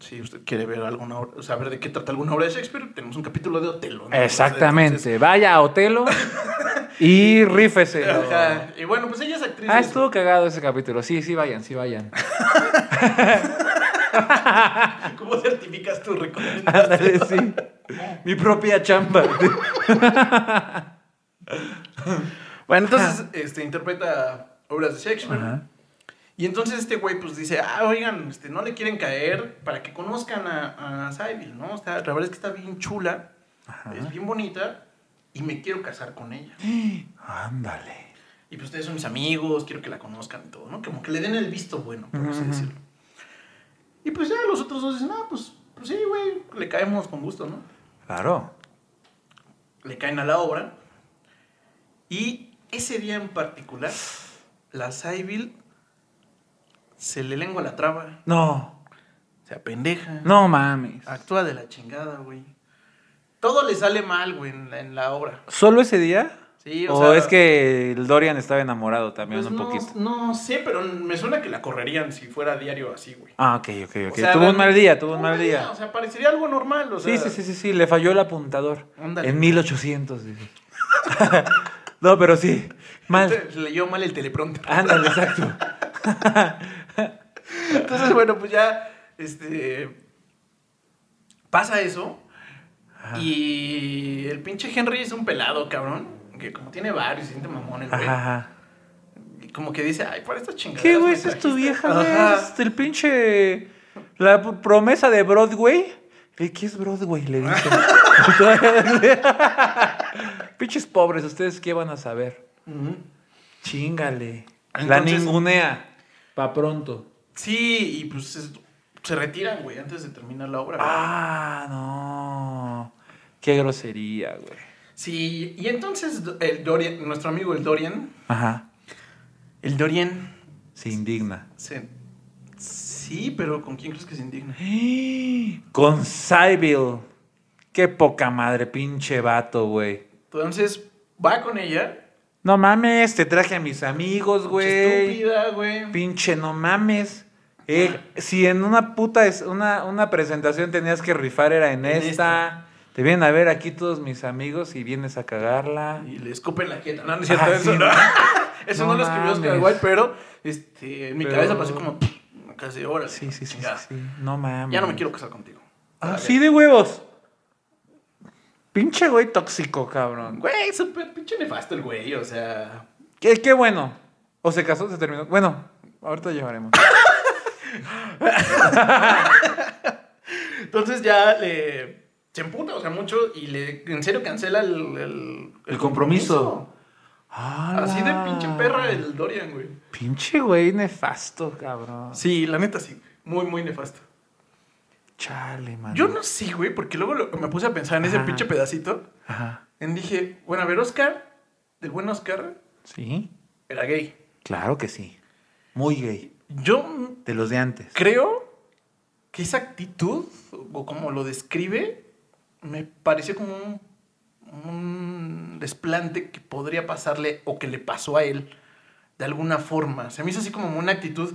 Si usted quiere ver alguna obra, saber de qué trata alguna obra de Shakespeare, tenemos un capítulo de Otelo. ¿no?
Exactamente.
Entonces,
Vaya a Otelo y rífese.
ajá. Y bueno, pues ella es actriz.
Este, Ah,
de-
estuvo cagado ese capítulo. Sí, sí, vayan, sí, vayan.
¿Cómo certificas tu recomendación?
Ándale, sí. Mi propia chamba.
Bueno, entonces este, interpreta obras de Shakespeare.
Ajá.
Y entonces este güey pues dice, ah, oigan, este, no le quieren caer para que conozcan a, a Sybil, ¿no? Está, la verdad es que está bien chula, es bien bonita y me quiero casar con ella.
Ándale.
Y pues ustedes son mis amigos, quiero que la conozcan y todo, ¿no? Como que le den el visto bueno, por así
Ujú.
decirlo. Y pues ya los otros dos dicen, ah, pues, pues sí, güey, le caemos con gusto, ¿no?
Claro.
le caen a la obra. Y ese día en particular, la Sybil se le lengua la traba,
No,
se apendeja,
no mames.
actúa de la chingada, güey. Todo le sale mal, güey, en la, en la obra.
¿Solo ese día?
Sí,
o es que el Dorian estaba enamorado también
pues,
un
no,
poquito.
no sé, pero me suena que la correrían si fuera diario así, güey.
Ah, ok, ok,
O
ok.
sea,
tuvo un mal día, tuvo
tuvo
un mal día.
O sea, parecería algo normal, o sea.
sí, sí, sí, sí, sí, le falló el apuntador.
Ándale.
En 1800. dice. no, pero sí. Mal.
te- Leyó mal el teleprompter.
Ándale, exacto.
Entonces, bueno, pues ya, este, pasa eso. Y el pinche Henry es un pelado, cabrón. Que como tiene varios, siente mamón el güey.
Ajá, ajá.
Y como que dice, ay, por esta chingada.
¿Qué, güey? Esa es tu vieja, güey. Es el pinche. La p- promesa de Broadway. ¿Y ¿Qué es Broadway? Le dicen. Pinches pobres, ¿ustedes qué van a saber? Chingale. la
Entonces-
ningunea. Pa' pronto.
Sí, y pues es- se retiran, güey, antes de terminar la obra. güey.
Ah, no. Qué grosería, güey.
Sí, y entonces el Dorian, nuestro amigo el Dorian,
Ajá.
el Dorian,
Se indigna.
se... Sí, pero ¿con quién crees que se indigna?
Con Sybil. Qué poca madre, pinche vato, güey.
Entonces va con ella,
No mames, te traje a mis amigos, güey.
estúpida, güey.
Pinche, no mames. Eh, si en una puta es una, una presentación tenías que rifar, era en,
En
esta. Te vienen a ver aquí todos mis amigos y vienes a cagarla.
Y le escupen la quieta. No, no es cierto.
Ah,
eso
sí,
no,
¿no?
eso no,
No
lo escribió Oscar
mames.
Wilde, pero este, en mi
Pero-
cabeza pasó como pff, casi ahora.
Sí, sí, sí, sí,
chingada.
sí. No mames.
Ya no me quiero casar contigo.
Ah,
Dale.
sí, de huevos. Pinche güey tóxico, cabrón.
Güey, súper pinche nefasto el güey, o sea.
Qué, qué bueno. O se casó, se terminó. Bueno, ahorita llevaremos.
Entonces ya le. Se emputa, o sea, mucho y le en serio cancela el, el,
El compromiso.
Así de pinche perra el Dorian, güey.
Pinche güey nefasto, cabrón.
Sí, la neta sí. Muy, muy nefasto.
Chale, man.
Yo no sé, güey, porque luego lo- me puse a pensar en ese
Ajá.
pinche pedacito.
Ajá.
Y dije, bueno, a ver, Oscar, el buen Oscar
Sí.
era gay.
Claro que sí. Muy gay.
Yo
De los de antes.
creo que esa actitud, o como lo describe, me pareció como un, un desplante que podría pasarle o que le pasó a él de alguna forma. Se me hizo así como una actitud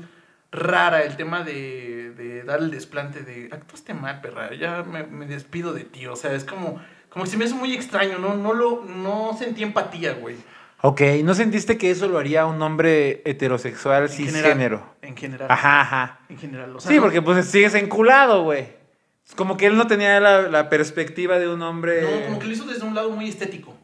rara el tema de, de dar el desplante de actuaste mal, perra, ya me, me despido de ti. O sea, es como, como que se me hizo muy extraño, no, no, lo, no sentí empatía, güey.
Ok, ¿no sentiste que eso lo haría un hombre heterosexual
En general.
cisgénero?
En general.
Ajá, ajá.
En general. o sea,
Sí,
no-
porque pues sigues enculado, güey. Es como que él no tenía la, la perspectiva de un hombre.
No, como que lo hizo desde un lado muy estético.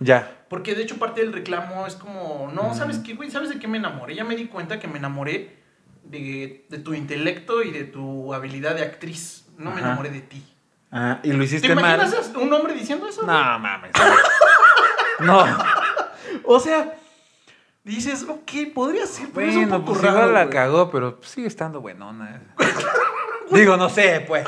Ya.
Porque de hecho parte del reclamo es como, no, ¿sabes qué, güey? ¿Sabes de qué me enamoré? Ya me di cuenta que me enamoré de, de tu intelecto y de tu habilidad de actriz. No me
Ajá.
enamoré de ti.
Ah, y lo
¿Te
hiciste mal.
imaginas a un hombre diciendo eso? güey?
No mames. No.
O sea, dices, ok, podría ser, pero es un
Bueno,
poco
pues
raro.
igual la
güey.
cagó, pero sigue estando buenona. Digo, no sé, pues.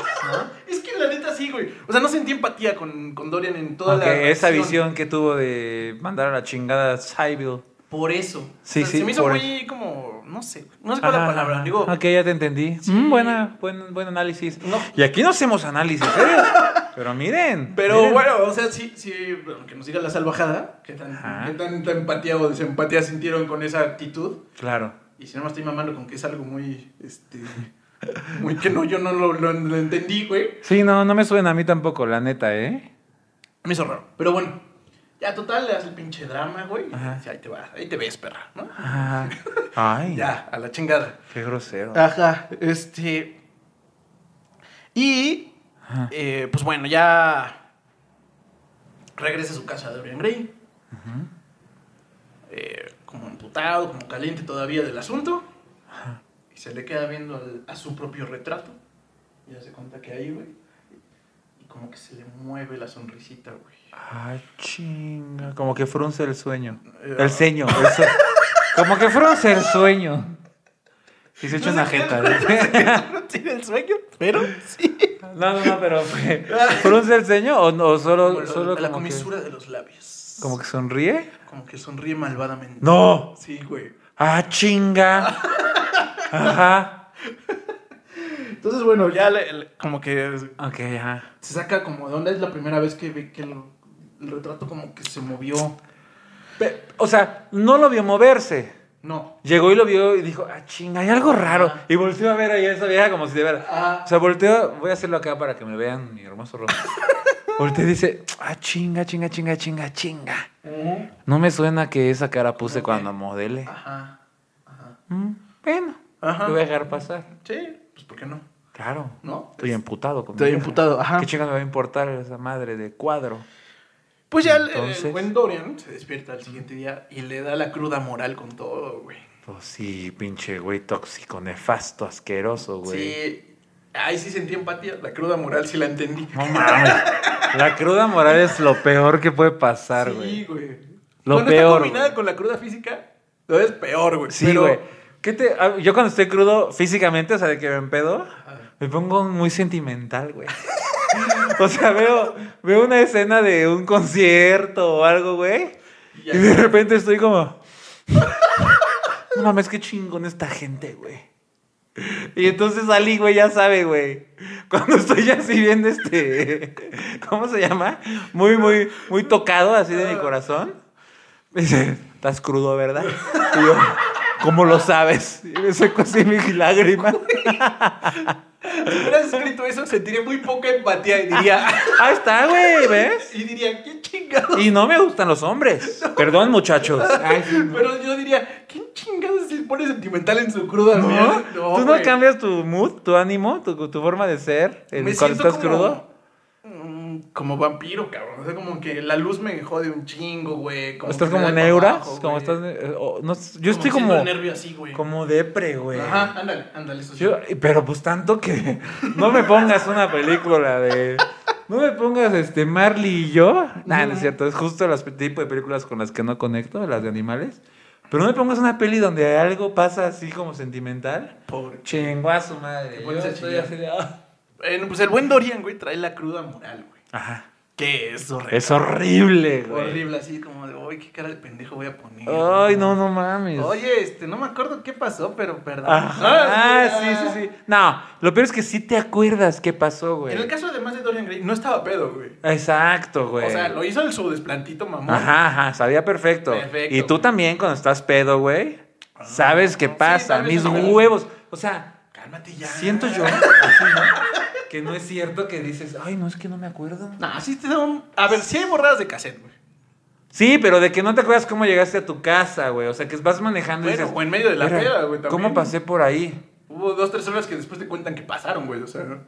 Es que la neta sí, güey. O sea, no sentí empatía con, con Dorian en toda la.
Aunque esa
reacción.
visión que tuvo de mandar a la chingada a Sybil.
Por eso.
Sí,
O sea,
sí,
Se me hizo
por
muy como. No sé, güey. No sé cuál es la
Ajá,
palabra.
ajá.
Digo,
Ah, Ok, ya te entendí.
Sí.
Mm, buena, buen, buen análisis.
No.
Y aquí no hacemos análisis, ¿eh? Pero miren.
Pero
miren.
bueno, o sea, sí, sí, bueno, que nos diga la salvajada, que tan,
Ajá.
qué tanta empatía o desempatía sintieron con esa actitud.
Claro.
Y si no me estoy mamando con que es algo muy, este, Muy que no, yo no lo, lo- lo entendí, güey.
Sí, no, no me suena a mí tampoco, la neta, ¿eh?
Me hizo raro. Pero bueno, ya total, le das el pinche drama, güey. y
Ajá.
dice, ahí te vas, ahí te ves, perra, ¿no?
Ajá. Ay,
Ya, Ah. a la chingada.
qué grosero.
Ajá, este. Y.
Ajá.
eh, pues bueno, ya. Regresa a su casa de Orion Grey. Eh, como emputado, como caliente todavía del asunto. Y se le queda viendo al- a su propio retrato. Y hace cuenta que ahí, güey. Y como que se le mueve la sonrisita, güey.
Ay, chinga. Como que frunce el sueño.
Eh,
El ceño. el sue- Como que frunce el sueño. Y se echa una
sé qué
jeta.
es,
¿eh?
No tiene el sueño, pero sí.
No, no, no, pero fue- ¿frunce el ceño o, no- o
Como
solo,
la- la
solo como, que,
comisura de los labios.
como que sonríe?
Como que sonríe malvadamente.
¡No!
Sí, güey.
¡Ah, chinga! Ajá.
Entonces, bueno, ya le- le- como que
Ok, ajá.
se saca como de onda. Es la primera vez que ve que el, el retrato como que se movió.
Pe- O sea, no lo vio moverse.
No.
Llegó y lo vio y dijo, ah, chinga, hay algo raro.
Ajá.
Y volteó a ver ahí a esa vieja como si de veras.
Ah.
O sea, volteó, voy a hacerlo acá para que me vean mi hermoso rostro. volteó y dice, ah, chinga, chinga, chinga, chinga, chinga.
E,
No me suena que esa cara puse
que?
cuando modele.
Ajá. Ajá.
Mm, bueno,
Ajá.
lo voy a dejar pasar.
Sí, pues ¿por qué no?
Claro.
¿No?
Estoy emputado con mi
Estoy
vieja.
imputado, ajá.
¿Qué chingas me va a importar esa madre de cuadro?
Pues ya el, el
Entonces-
buen Dorian se despierta al siguiente día y le da la cruda moral con todo, güey.
Pues sí, pinche güey tóxico, nefasto, asqueroso, güey.
Sí. Ahí sí sentí empatía. La cruda moral sí la entendí.
No mames. La cruda moral es lo peor que puede pasar,
Sí,
güey.
güey.
Lo
Cuando
peor,
está combinada
güey.
con la cruda física, lo es peor, güey.
Sí,
Pero-
güey. ¿Qué te, ah, yo cuando estoy crudo físicamente, o sea, de que me empedo, me pongo muy sentimental, güey. O sea, veo, veo una escena de un concierto o algo, güey.
Ya.
Y de repente estoy como... No mames, qué chingón esta gente, güey. Y entonces Ali, güey, ya sabe, güey. Cuando estoy así bien, este... ¿Cómo se llama? Muy, muy, muy tocado así de mi corazón. Me dice, estás crudo, ¿verdad? Y yo, ¿cómo lo sabes? Y me seco así mi lágrima.
Si hubieras escrito eso, sentiría muy poca empatía y diría,
Ahí está, güey, ¿ves?
y diría, qué chingado.
Y no me gustan los hombres. Perdón, muchachos. Ay, sí, no.
Pero yo diría, ¿qué chingado se pone sentimental en su cruda?
¿No?
mía?"
¿Tú no
güey.
cambias tu mood, tu ánimo, tu, tu forma de ser en-
Me
cuando
siento
estás
como-
crudo?
mm, Como vampiro, cabrón. O sea, como que la luz me jode un chingo, güey.
¿Estás
que me
como
da para
neuras?
abajo,
como
güey.
estás, eh, o- no sé, yo estoy
siento
como,
el nervio así, güey.
como depre, güey.
Ajá, ándale, ándale, eso sí.
Yo- pero pues tanto que no me pongas una película de... No me pongas este Marley y yo. Nah, no es cierto. Es justo las pe- tipo de películas con las que no conecto, las de animales. Pero no me pongas una peli donde algo pasa así como sentimental.
Pobre.
Chinguazo, madre.
Te
Yo
pones a
estoy
chillar.
así de... ah.
Bueno, pues el buen Dorian, güey, trae la cruda moral, güey.
Ajá.
Que es horrible.
Es horrible, güey.
Horrible, así como de, uy, qué cara de pendejo voy a poner.
Ay, no, no mames.
Oye, este, no me acuerdo qué pasó, pero perdón.
Ajá,
Ah,
sí, sí, sí. No, lo peor es que sí te acuerdas qué pasó, güey.
En el caso además de Dorian Gray, no estaba pedo, güey.
Exacto, güey.
O sea, lo hizo en su desplantito mamón.
Ajá, ajá, sabía perfecto.
Perfecto,
Y tú
güey.
también cuando estás pedo, güey, sabes qué
sí,
pasa,
tal vez
mis
no.
huevos. O sea,
Cálmate ya.
siento yo así, ¿no? que no es cierto que dices, ay, no, es que no me acuerdo.
Nah, sí te da un... A ver, sí hay borradas de cassette, güey.
Sí, pero de que no te acuerdas cómo llegaste a tu casa, güey. O sea, que vas manejando y
Bueno,
dices,
o en medio de la
"Mira,
peda, güey, también".
¿Cómo pasé por ahí?
Hubo dos, tres horas que después te cuentan que pasaron, güey. O sea, ¿no?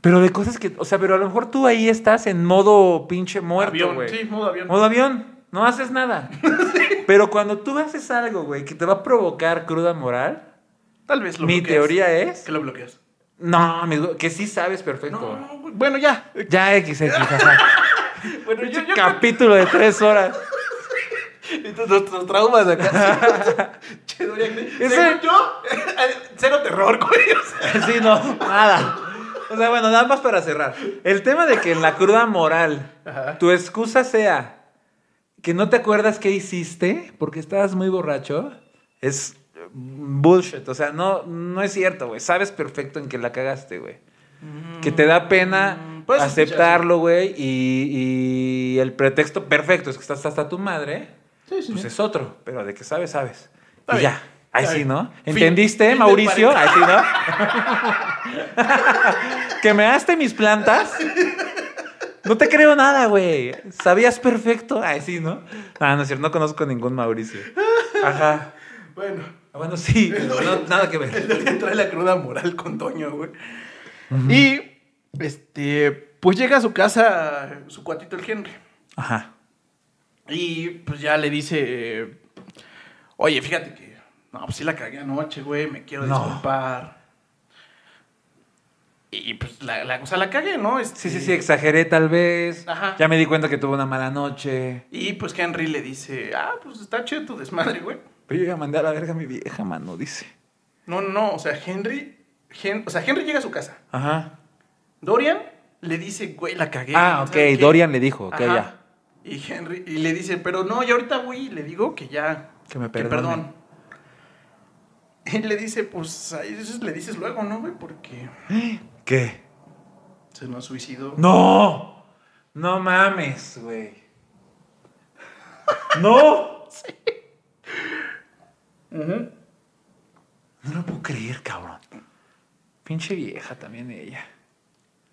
Pero de cosas que, o sea, pero a lo mejor tú ahí estás en modo pinche muerto,
avión.
güey.
Sí, modo avión.
Modo avión, no haces nada. Pero cuando tú haces algo, güey, que te va a provocar cruda moral,
Tal vez lo
mi
bloqueas.
teoría es
Que lo bloqueas.
No, amigo, que sí sabes perfecto.
No, güey. bueno, ya.
Ya, X, X, ajá.
Bueno, yo, yo creo
Capítulo de tres horas.
Estos nuestros traumas acá. che, Dorian Gray.
Ese-
Según yo, cero terror, güey. O sea,
Sí, no, nada. O sea, bueno, nada más para cerrar. El tema de que en la cruda moral
Ajá.
tu excusa sea que no te acuerdas qué hiciste porque estabas muy borracho es bullshit. O sea, no, no es cierto, güey. Sabes perfecto en que la cagaste, güey. Que te da pena
Mm, pues,
aceptarlo, güey. Y, y el pretexto perfecto es que estás hasta tu madre.
Sí, sí,
pues
sí.
es otro, pero de que sabes, sabes.
Está
y
bien.
ya. Ay,
A
sí,
ver,
¿no?
fin-
¿Entendiste,
fin del
Mauricio? Ay,
paréntesis.
sí, ¿no? ¿Quemeaste mis plantas? No te creo nada, güey. Sabías perfecto. Ay, sí, ¿no? Ah, No, no es cierto, no conozco ningún Mauricio. Ajá.
Pues, Bueno,
Ah, Bueno, sí, pero no- nada que ver.
el Dorian trae la cruda moral con Toño, güey. Y, este, pues llega a su casa su cuatito el Henry.
Ajá.
Y pues ya le dice, eh, oye, fíjate que, no, pues sí la cagué anoche, güey, me quiero
No.
disculpar. Y pues la, la, o sea, la cagué, ¿no? Este,
Sí, sí, sí, exageré tal vez.
Ajá.
Ya me di cuenta que tuve una mala noche.
Y pues que Henry le dice, ah, pues está chido tu desmadre, güey.
Pero yo ya mandé a la verga a mi vieja, mano, dice.
No, no, no, o sea, Henry, Hen- o sea, Henry llega a su casa.
Ajá.
Dorian le dice, güey, la cagué.
Ah, ok,
¿sabe qué?".
Dorian le dijo, ok,
Ajá.
ya.
Y Henry, y le dice, pero no, yo ahorita voy y le digo que ya,
Que me
que
perdone.
perdón. Y le dice, pues, ahí eso le dices luego, ¿no, güey? Porque
¿Qué?
se nos suicidó.
¡No! No mames, güey. ¡No!
Ujú.
No lo puedo creer, cabrón. Pinche vieja también ella.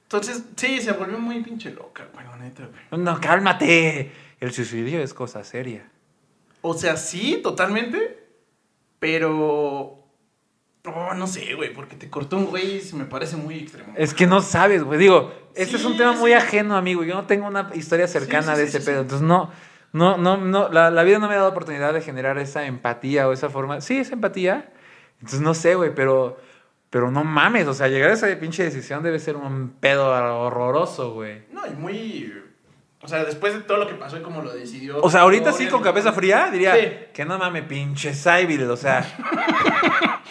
Entonces, sí, se volvió muy pinche loca, güey, la neta, güey.
No, cálmate. El suicidio es cosa seria.
O sea, sí, totalmente, pero... Oh, no sé, güey, porque te cortó un güey y se me parece muy extremo.
Es que no sabes, güey. Digo, este es un
Sí,
tema muy
sí.
ajeno, amigo. Yo no tengo una historia cercana
sí,
de
sí,
ese
sí,
pedo.
sí.
Entonces, no, no, no, no. La, la vida no me ha dado oportunidad de generar esa empatía o esa forma. Sí, esa empatía. Entonces, no sé, güey, pero, pero no mames. O sea, llegar a esa pinche decisión debe ser un pedo horroroso, güey.
No, y muy... O sea, después de todo lo que pasó y cómo lo decidió...
O sea, ahorita sí,
Dorian,
con cabeza fría, diría
Sí.
que no mames, pinche Cybil. O sea,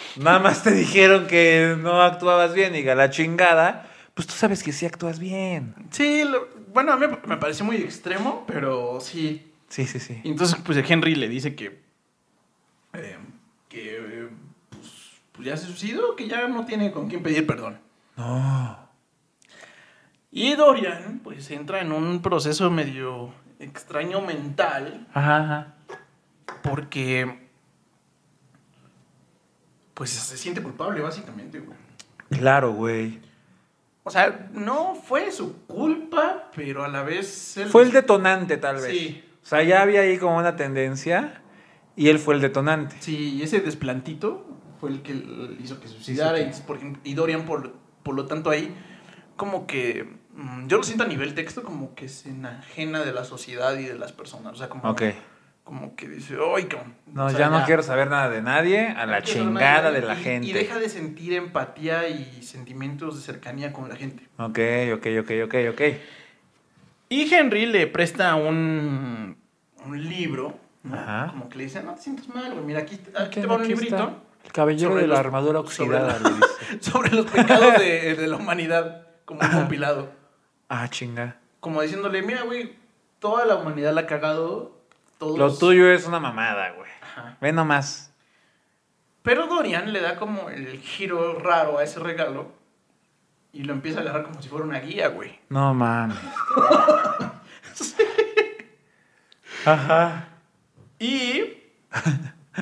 nada más te dijeron que no actuabas bien y a la chingada. Pues tú sabes que sí actúas bien.
Sí, lo- bueno, a mí me pareció muy extremo, pero sí.
Sí, sí, sí.
Y entonces, pues Henry le dice que. eh, que. eh, Pues, pues ya se suicidó, que ya no tiene con quién pedir perdón.
No.
Y Dorian, pues entra en un proceso medio extraño mental,
Ajá, ajá.
porque. Pues se siente culpable, básicamente, güey.
Claro, güey.
O sea, no fue su culpa, pero a la vez. él-
Fue el detonante, tal vez.
Sí.
O sea, ya había ahí como una tendencia y él fue el detonante.
Sí, ese desplantito fue el que l- hizo que se suicidara.
Sí, sí,
y, por ejemplo, y Dorian, por, por lo tanto, ahí como que. mm, Yo lo siento a nivel texto como que se enajena de la sociedad y de las personas. O sea, como,
Ok.
como que dice, ¡ay, cabrón!
No,
O sea,
ya no quiero saber nada de nadie, a la
no quiero
chingada
nada.
de la
Y-
gente.
Y deja de sentir empatía y sentimientos de cercanía con la gente.
Ok, ok, ok, ok, ok.
Y Henry le presta un, un libro. ¿no?
Ajá.
Como que le dice, no te sientes mal, güey. Mira, aquí, aquí te va un librito.
El cabellero
sobre
de la
los-
armadura
sobre la-
oxidada, le dice.
sobre los pecados de, de la humanidad, como un compilado.
Ah, chinga.
Como diciéndole, mira, güey, toda la humanidad la ha cagado. Todos.
Lo tuyo es una mamada, güey.
Ajá.
Ve nomás.
Pero Dorian le da como el giro raro a ese regalo y lo empieza a agarrar como si fuera una guía, güey.
No mames. Ajá.
Y.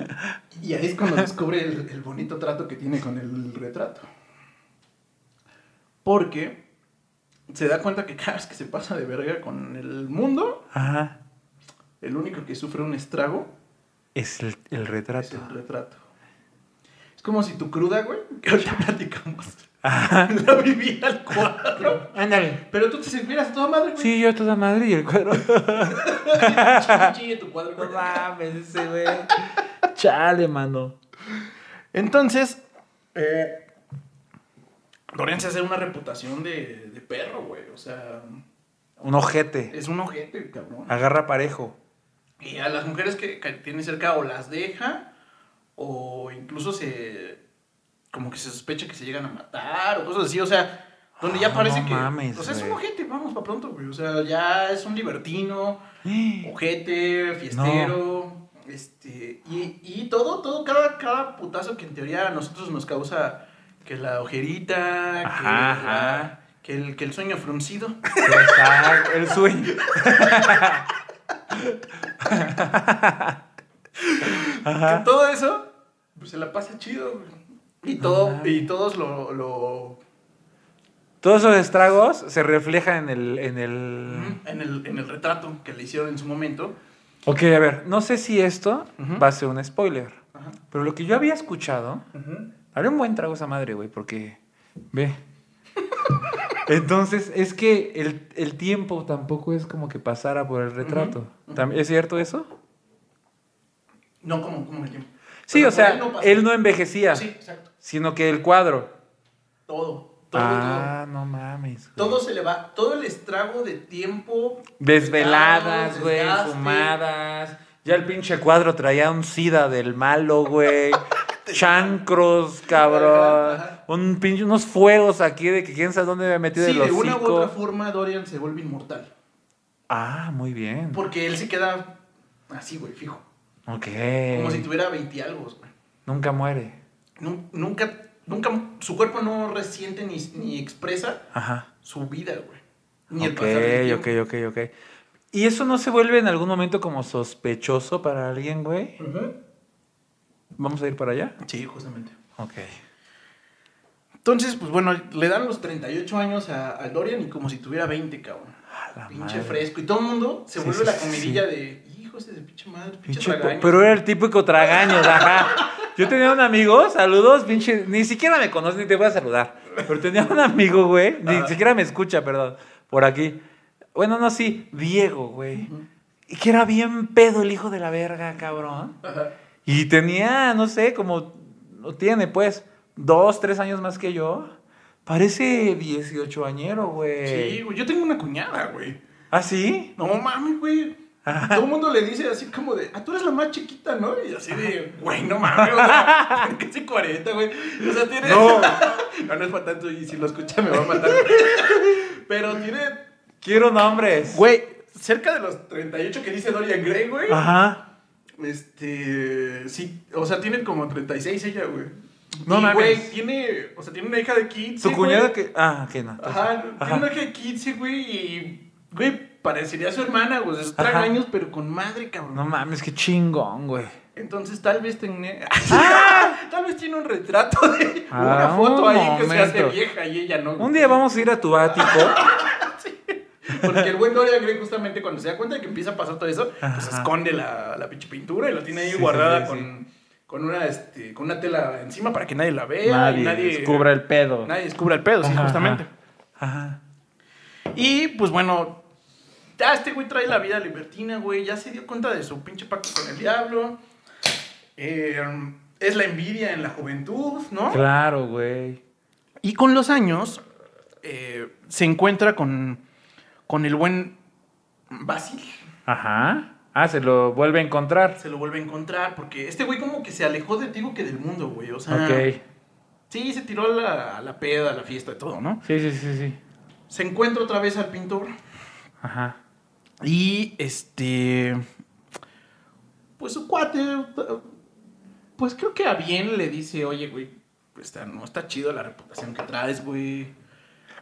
Y ahí es cuando descubre el, el bonito trato que tiene con el retrato. Porque se da cuenta que cada vez que se pasa de verga con el mundo,
Ajá.
el único que sufre un estrago
Es el, el
Es
retrato.
el retrato. Es como si tu cruda, güey, que ahorita platicamos,
Ajá.
la viviera al cuadro.
Ándale.
Pero tú te sentías a toda madre, güey.
Sí, yo a toda madre y el cuero.
Chingue, chingue tu cuadro, güey.
mames, ese güey. Chale, mano.
Entonces, eh, Dorian se hace una reputación de, de perro, güey. O sea,
Un ojete.
es un ojete, cabrón.
Agarra parejo.
Y a las mujeres que, que tiene cerca o las deja, o incluso se. como que se sospecha que se llegan a matar, o cosas así, o sea, donde ya
Ah,
parece
no
que.
mames,
o sea, es un
güey.
ojete, vamos para pronto, güey. O sea, ya es un libertino,
No
ojete, fiestero. Este. Y, y todo, todo, cada, cada putazo que en teoría a nosotros nos causa que la ojerita, que,
Ajá,
la-
ajá.
que el, que el sueño fruncido.
Exacto, el swing.
Que todo eso pues se la pasa chido, güey. Y, todo, y todos lo, lo-
Todos esos estragos se reflejan en el, en el...
en, el, en el retrato que le hicieron en su momento.
Ok, a ver, no sé si esto
Ujú.
va a ser un spoiler,
Ajá.
pero lo que yo había escuchado...
Ujú.
Dale un buen trago a esa madre, güey, porque. Ve. Entonces, es que el, el tiempo tampoco es como que pasara por el retrato.
Ujú,
Tam- ¿Es cierto eso?
No, como, como el tiempo.
Sí,
Pero
o
por
sea,
él no pasó.
él no envejecía,
Sí, exacto.
sino que el cuadro.
Todo. Todo,
ah, no mames.
todo.
güey.
Todo se le va. Todo el estrago de tiempo.
Desveladas,
pecado,
güey,
desgaste.
fumadas. Ya el pinche cuadro traía un sida del malo, güey. Chancros, cabrón.
Ajá.
Un pinche, unos fuegos aquí de que quién sabe dónde me había metido
Sí,
el
de una u
hocico.
otra forma Dorian se vuelve inmortal.
Ah, muy bien.
Porque él se queda así, güey, fijo.
Ok. Eh.
Como si tuviera 20 y algo, güey.
Nunca muere.
Nun- Nunca, nunca, su cuerpo no resiente ni, ni expresa
Ajá.
su vida, güey. Ni el
Ok,
pasar del
ok,
tiempo.
ok, ok. ¿Y eso no se vuelve en algún momento como sospechoso para alguien, güey?
Ujú.
¿Vamos a ir para allá?
Sí, justamente.
Ok.
Entonces, pues bueno, le dan los 38 años a, a Dorian y como si tuviera 20, cabrón.
A la
pinche
madre.
fresco. Y todo el mundo se
Sí,
vuelve
sí,
la
sí,
comidilla de, hijo ese de pinche madre, pinche,
Pinche po-
tragaños".
pero era el típico tragaños, ajá. Yo tenía un amigo, saludos, pinche. Ni siquiera me conoce, ni te voy a saludar. Pero tenía un amigo, güey. Ni
Ah.
siquiera me escucha, perdón. Por aquí. Bueno, no, sí. Diego, güey.
Ujú.
Y que era bien pedo el hijo de la verga, cabrón.
Ajá.
Y tenía, no sé, como, lo tiene pues, dos, tres años más que yo. Parece 18 añero, güey.
Sí, güey. Yo tengo una cuñada, güey.
¿Ah, sí?
No mames, güey. Todo el mundo le dice así como de, ah, tú eres la más chiquita, ¿no? Y así de, güey, no mames, o sea, casi 40, güey. O sea, tiene.
No.
no, no es para tanto, y si lo escucha me va a matar. Pero tiene,
Quiero nombres.
güey, cerca de los 38 que dice Dorian Gray, güey.
Ajá.
Este. Sí, o sea, tiene como 36 ella, güey.
No
y,
mames.
güey, tiene, o sea, tiene una hija de 15.
Su
güey.
cuñada que... Ah, que no. entonces-
Ajá,
Ajá.
tiene una hija de 15, güey, y, güey, parecería su hermana, güey. O sea, trae
Ajá.
años, pero con madre, cabrón.
No mames, qué chingón, güey.
Entonces tal vez tenga- tal vez tiene un retrato de
Ah,
una foto
un
ahí que se hace
momento.
vieja y ella no.
Un día vamos a ir a tu ático.
Porque el buen Dorian Gray justamente cuando se da cuenta de que empieza a pasar todo eso, pues
Ajá.
esconde la, la pinche pintura y la tiene ahí
Sí,
guardada
sí, sí,
con, con una este, con una tela encima para que nadie la vea y
nadie,
nadie
descubra el pedo.
nadie descubra el pedo, sí,
Ajá,
justamente.
Ajá.
Y pues bueno, ya este güey trae la vida libertina, güey. Ya se dio cuenta de su pinche pacto con el diablo. Eh, es la envidia en la juventud, ¿no?
Claro, güey.
Y con los años eh, se encuentra con, con el buen Basil.
Ajá. Ah, se lo vuelve a encontrar.
Se lo vuelve a encontrar porque este güey como que se alejó de ti que del mundo, güey. O sea,
Ok.
sí, se tiró a la, a la peda, a la fiesta y todo, ¿no?
Sí, sí, sí, sí.
Se encuentra otra vez al pintor
Ajá.
y este... Pues su cuate, pues creo que a bien le dice, oye, güey, está, no está chido la reputación que traes, güey.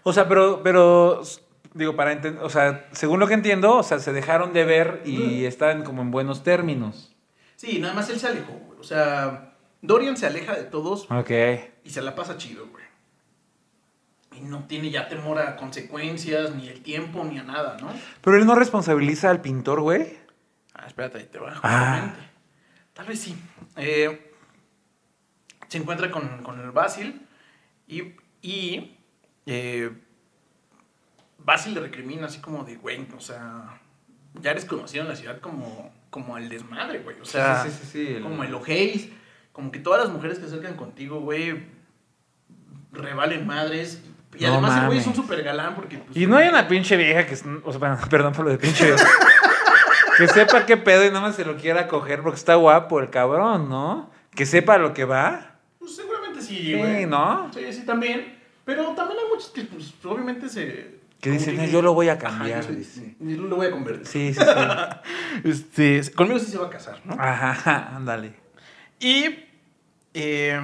O sea, pero, pero s- digo, para entender, o sea, según lo que entiendo, o sea, se dejaron de ver
Mm.
y están como en buenos términos.
Sí, nada más él se alejó, güey. O sea, Dorian se aleja de todos
Ok.
y se la pasa chido, güey. Y no tiene ya temor a consecuencias, ni el tiempo, ni a nada, ¿no?
Pero él no responsabiliza al pintor, güey.
Ah, espérate, ahí te va.
Ah.
justamente. Tal vez sí. Eh, se encuentra con, con el Basil y, y eh, Basil le recrimina así como de, güey, o sea, ya eres conocido en la ciudad como, como el desmadre, güey. O sea,
sí, sí, sí, el-
como el ojéis, como que todas las mujeres que se acercan contigo, güey, revalen madres. Y
No
además el güey es un
mames.
super galán porque... pues,
Y no hay una pinche vieja que, es- o sea, bueno, perdón por lo de pinche vieja. que sepa qué pedo y nada más se lo quiera coger porque está guapo el cabrón, ¿no? Que sepa lo que va.
Pues seguramente sí,
Sí,
güey.
¿no?
Sí, sí, también. Pero también hay muchos que, pues, obviamente se...
Que dicen,
como
"No, yo lo voy a
Ajá,
cambiar",
yo,
dice.
yo lo voy a convertir.
Sí, sí, sí.
Este, conmigo sí se va a casar, ¿no?
Ajá, ándale.
Y... eh,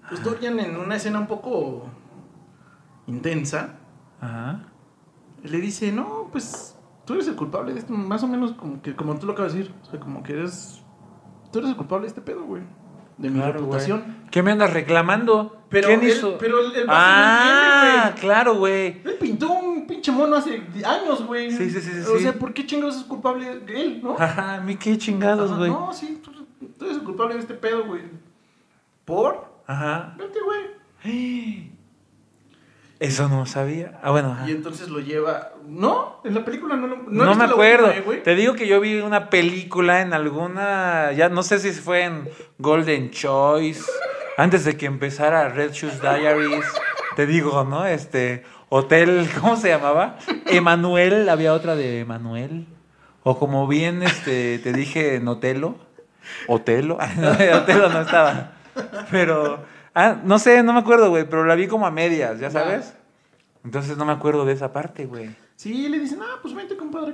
Ah.
pues Dorian en una escena un poco intensa,
Ajá.
le dice, no, pues tú eres el culpable de esto, más o menos como, que, como tú lo acabas de decir. O sea, como que eres... Tú eres el culpable de este pedo, güey. de mi
Claro, güey.
reputación.
¿Qué me andas reclamando?
Pero
¿Quién
él-
hizo?
pero el- el vato no
ah,
entiende,
claro, güey.
Él pintó un pinche mono hace años, güey.
Sí, sí, sí, sí,
O
sí.
sea, ¿por qué chingados es culpable de él, no?
Ajá, a mí qué chingados,
Ajá,
güey.
no, sí, tú, tú eres el culpable de este pedo, güey. ¿Por?
Ajá.
Vete, güey.
Eso no sabía. Ah, bueno. ajá.
Y entonces lo lleva. No, en la película no lo. he
No,
visto
me
la
acuerdo.
última, eh, güey.
Te digo que yo vi una película en alguna. Ya no sé si fue en Golden Choice. Antes de que empezara Red Shoes Diaries. Te digo, ¿no? Este. Hotel. ¿Cómo se llamaba? Emanuel. Había otra de Emanuel. O como bien este, te dije en Otelo. Otelo. Ah, no, en Otelo no estaba. Pero. Ah, no sé, no me acuerdo, güey. Pero la vi como a medias, ¿ya
Ya.
sabes? Entonces no me acuerdo de esa parte, güey.
Sí, le dicen, ah, pues vente, compadre.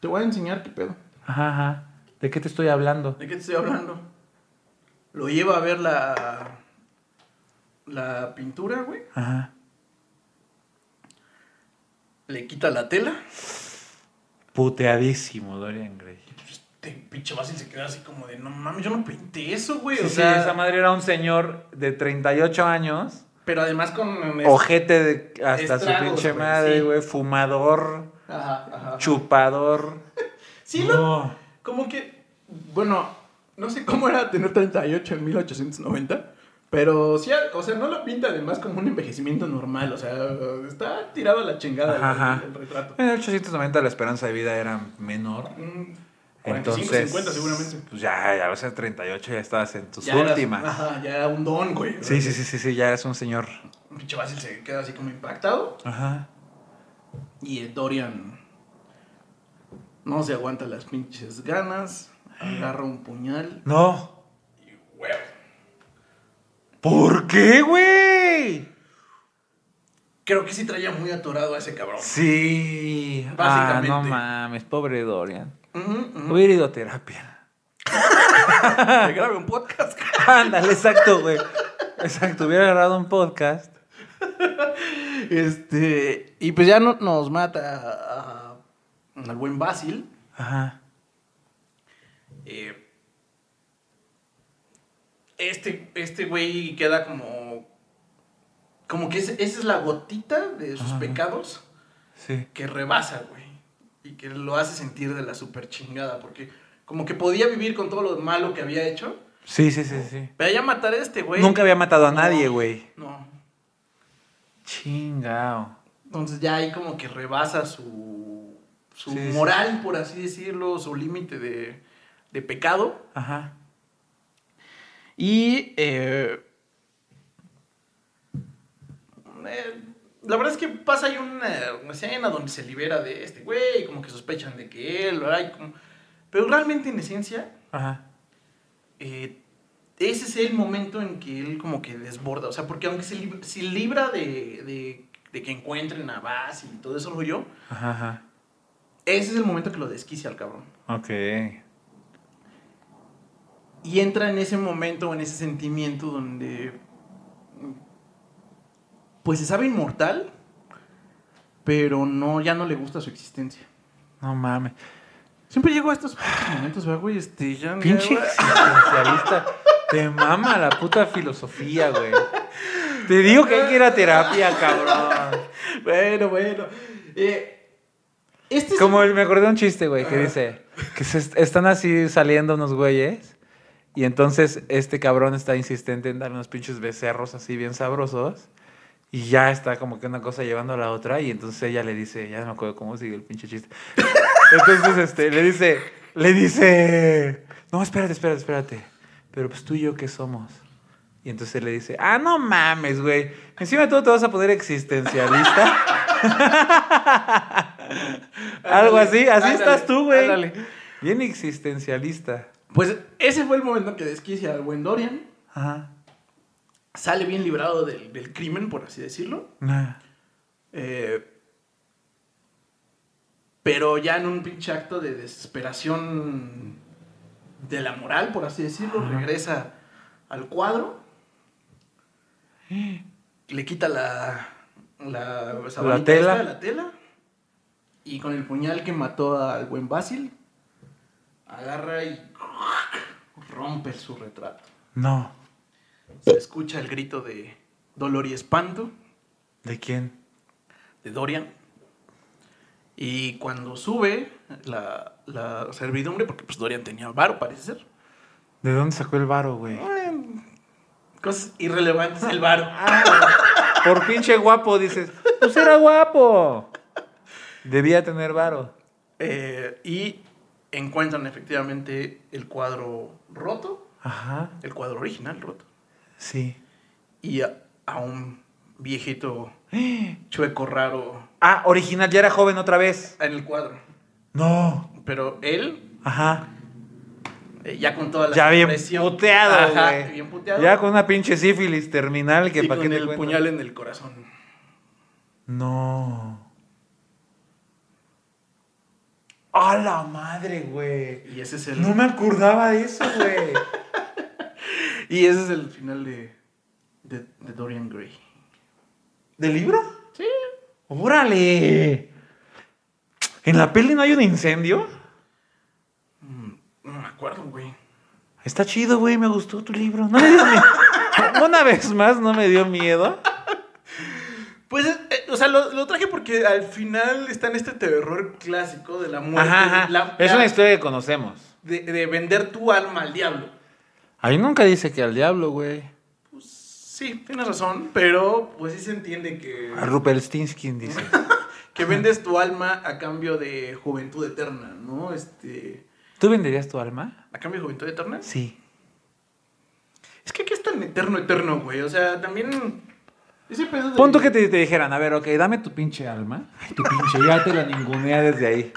Te voy a enseñar qué pedo.
Ajá, ajá. ¿De qué te estoy hablando?
¿De qué te estoy hablando? Lo lleva a ver la. La pintura, güey.
Ajá.
Le quita la tela.
Puteadísimo, Dorian Gray.
Este pinche fácil se queda así como de, no mames, yo no pinté eso, güey.
Sí,
o
sí,
sea,
esa madre era un señor de 38 años,
pero además con.
ojete de hasta su
estragos,
pinche
güey,
madre,
sí.
güey, fumador,
Ajá, ajá.
chupador.
Sí, lo-
no.
Como que, bueno, no sé cómo era tener 38 en 1890, pero sí, o sea, no lo pinta además como un envejecimiento normal, o sea, está tirado a la chingada el-
Ajá.
el, retrato.
En 1890 la esperanza de vida era menor.
Mm, 45,
Entonces,
50 seguramente.
Pues ya, ya, o sea, 38 ya estabas en tus
Ya eras-
últimas.
ajá, ya era un don, güey.
sí, sí, sí, sí, sí, ya eres un señor.
Pinche Basil se queda así como impactado
Ajá.
y eh, Dorian no se aguanta las pinches ganas, agarra un puñal
No.
y huevo.
¿Por qué, güey?
Creo que sí traía muy atorado a ese cabrón.
Sí.
Básicamente.
Ah, no mames, pobre Dorian.
Ujú, ujú.
Hubiera ido a terapia.
Que grabe un podcast.
Ándale, exacto, güey. Exacto, hubiera grabado un podcast.
Este, y pues ya no- nos mata a- al buen Basil.
Ajá.
Eh, este, este güey queda como. Como que ese- esa es la gotita de sus
Ajá.
pecados
Sí.
que rebasa, güey. Y que lo hace sentir de la super chingada. Porque como que podía vivir con todo lo malo que había hecho.
Sí, sí, sí, sí.
Pero ya matar a este güey.
Nunca había matado a nadie, güey.
No.
Chingao.
Entonces ya ahí como que rebasa su, su
Sí, sí.
moral, por así decirlo, su límite de, de pecado.
Ajá.
Y eh, eh, la verdad es que pasa ahí una, una escena donde se libera de este güey, como que sospechan de que él, ¿verdad? Y como- pero realmente en esencia,
Ajá.
eh, ese es el momento en que él como que desborda, o sea, porque aunque se, lib- se libra de, de- de que encuentren a Bass y todo eso rollo,
Ajá. ajá.
Ese es el momento que lo desquicia al cabrón.
Ok.
Y entra en ese momento, en ese sentimiento donde. Pues se sabe inmortal, pero no, ya no le gusta su existencia.
No mames.
Siempre llego a estos pinches momentos, ¿verdad, güey, este, ya. ya,
Pinche
güey.
existencialista. Te mama la puta filosofía, güey. Te digo que hay que ir a terapia, cabrón.
Bueno, bueno. Eh, este es.
Como el- me acordé de un chiste, güey, que
Ajá.
dice que se est- están así saliendo unos güeyes y entonces este cabrón está insistente en dar unos pinches becerros así bien sabrosos y ya está como que una cosa llevando a la otra y entonces ella le dice, ya no me acuerdo cómo sigue el pinche chiste. Entonces este le dice, le dice, "No, espérate, espérate, espérate. Pero pues tú y yo qué somos?" Y entonces le dice, "Ah, no mames, güey. Encima de todo te vas a poner existencialista." Algo así, así
Ándale,
estás tú, güey.
ándale.
Bien existencialista.
Pues ese fue el momento que desquicia al buen Dorian.
Ajá.
Sale bien librado del, del crimen, por así decirlo.
Nah.
Eh, pero ya en un pinche acto de desesperación de la moral, por así decirlo,
Ajá.
regresa al cuadro. Le quita la, la, sabanita
tela.
esta, la tela. Y con el puñal que mató al buen Basil, agarra y rompe su retrato.
No.
se escucha el grito de dolor y espanto
¿De quién?
de Dorian. Y cuando sube la, la servidumbre, porque pues Dorian tenía varo, parece ser.
¿De dónde sacó el varo, güey?
Cosas irrelevantes el varo.
Ah, Por pinche guapo, dices. Pues era guapo. Debía tener varo.
Eh, y encuentran efectivamente el cuadro roto,
Ajá,
el cuadro original roto,
sí.
y a, a un viejito chueco raro
Ah, original, ya era joven otra vez.
en el cuadro.
No.
Pero él,
Ajá.
eh, ya con toda la
Ya bien
expresión-
puteado,
Ajá,
güey.
bien puteado.
Ya con una pinche sífilis terminal que
y
para
con
qué te
el
cuento.
puñal en el corazón.
No. A la madre, güey.
Y ese es el,
No me acordaba de eso, güey.
y ese es el final de, de, de Dorian Gray.
¿Del libro?
Sí.
¡Órale! ¿En la peli no hay un incendio?
Mm, No me acuerdo, güey.
Está chido, güey, me gustó tu libro. No me dio miedo. Una vez más, no me dio miedo.
Pues, eh, o sea, lo, lo traje porque al final está en este terror clásico de la muerte.
Ajá, ajá.
la-
es
la-
una historia que conocemos.
de, de vender tu alma al diablo.
Ahí nunca dice que al diablo, güey.
Sí, tienes razón, pero pues sí se entiende que,
A Rupelstinskin dice.
que vendes tu alma a cambio de juventud eterna, ¿no? Este,
¿Tú venderías tu alma?
¿A cambio de juventud eterna?
Sí.
Es que aquí es tan eterno, eterno, güey. O sea, también... Ese pedo de-
Punto que te, te dijeran, a ver, ok, dame tu pinche alma. Ay, tu pinche, ya te la ningunea desde ahí.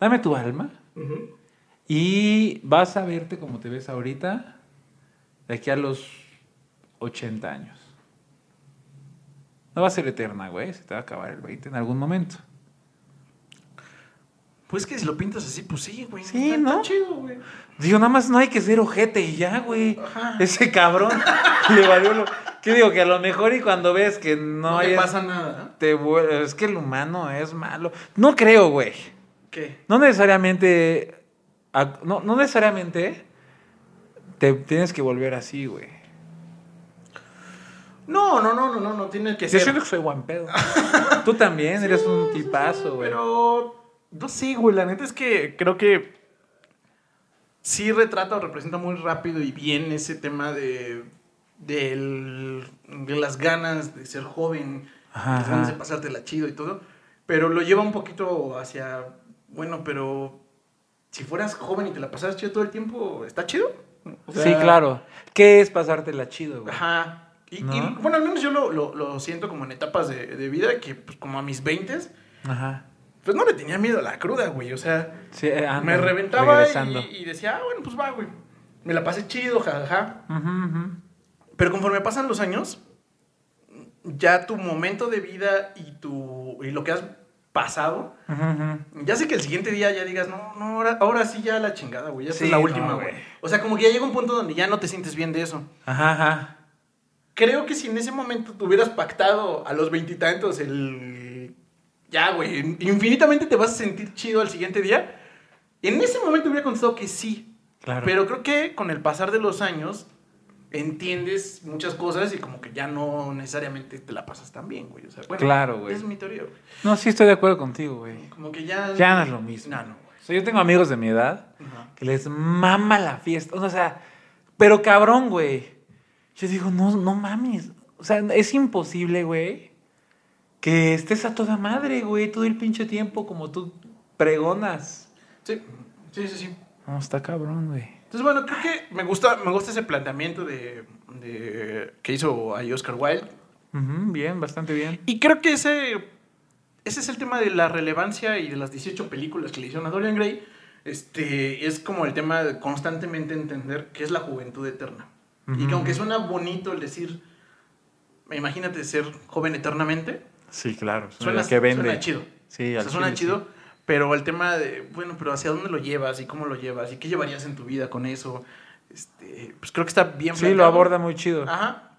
Dame tu alma
Ujú.
y vas a verte como te ves ahorita de aquí a los 80 años. No va a ser eterna, güey. Se te va a acabar el 20 en algún momento.
Pues que si lo pintas así, pues sí, güey.
Sí,
Está-
¿no?
Está chido, güey.
Digo, nada más no hay que ser ojete y ya, güey.
Ajá.
Ese cabrón le valió lo... ¿Qué digo? Que a lo mejor y cuando ves que no,
No,
hay...
te pasa nada.
te vuel- Es que el humano es malo. No creo, güey.
¿eh? ¿Qué?
No necesariamente... ac- No, no necesariamente te tienes que volver así, güey.
No, no, no, no, no, no tiene que
Yo
ser.
siento que soy buen pedo. Tú también eres un tipazo, güey.
Pero no sé, güey. La neta es que creo que sí retrata o representa muy rápido y bien ese tema de, del- de las ganas de ser joven,
Ajá,
las ganas
ajá.
de pasártela chido y todo. Pero lo lleva un poquito hacia, bueno, pero si fueras joven y te la pasaras chido todo el tiempo, ¿está chido? O sea,
Sí, claro. ¿Qué es pasártela chido, güey?
Ajá. Y,
¿No?
y, bueno, al menos yo lo, lo- lo siento como en etapas de, de vida que pues, como a mis 20
Ajá.
pues no le tenía miedo a la cruda, güey. O sea,
Sí, eh, anda,
me reventaba
regresando.
y, y decía, ah, bueno, pues va, güey. Me la pasé chido, jajaja.
Ujú, ujú.
Pero conforme pasan los años, ya tu momento de vida y, tu, y lo que has pasado,
Ujú, ujú.
ya sé que el siguiente día ya digas, no, no, ahora, ahora sí ya la chingada, güey. Ya esta
Sí,
es la última,
no,
güey.
güey.
O sea, como que ya llega un punto donde ya no te sientes bien de eso.
Ajá, ajá.
Creo que si en ese momento te hubieras pactado a los veintitantos el... Ya, güey, infinitamente te vas a sentir chido al siguiente día. En ese momento hubiera contestado que sí.
Claro.
Pero creo que con el pasar de los años entiendes muchas cosas y como que ya no necesariamente te la pasas tan bien, güey. O sea, bueno,
Claro, güey.
Es mi teoría, güey.
No, sí estoy de acuerdo contigo, güey.
Como que ya...
Ya no es lo mismo.
No, no, güey.
O sea, yo tengo amigos de mi edad
Ajá.
que les mama la fiesta. O sea, pero cabrón, güey. Yo digo, no, no mames. O sea, es imposible, güey, que estés a toda madre, güey, todo el pinche tiempo como tú pregonas.
Sí, sí, sí, sí.
No, está cabrón, güey.
Entonces, bueno, creo que me gusta, me gusta ese planteamiento de, de- que hizo ahí Oscar Wilde.
Ujú, bien, bastante bien.
Y creo que ese, ese es el tema de la relevancia y de las 18 películas que le hicieron a Dorian Gray. Este, es como el tema de constantemente entender qué es la juventud eterna. Y que
Ujú.
aunque suena bonito el decir, imagínate ser joven eternamente,
Sí, claro.
suena,
que vende.
suena chido.
Sí,
O
al
sea, suena
chile,
chido,
sí.
pero el tema de, bueno, pero ¿hacia dónde lo llevas y cómo lo llevas y qué llevarías en tu vida con eso? Este, pues creo que está bien
Sí, lo
planteado.
aborda muy chido.
Ajá.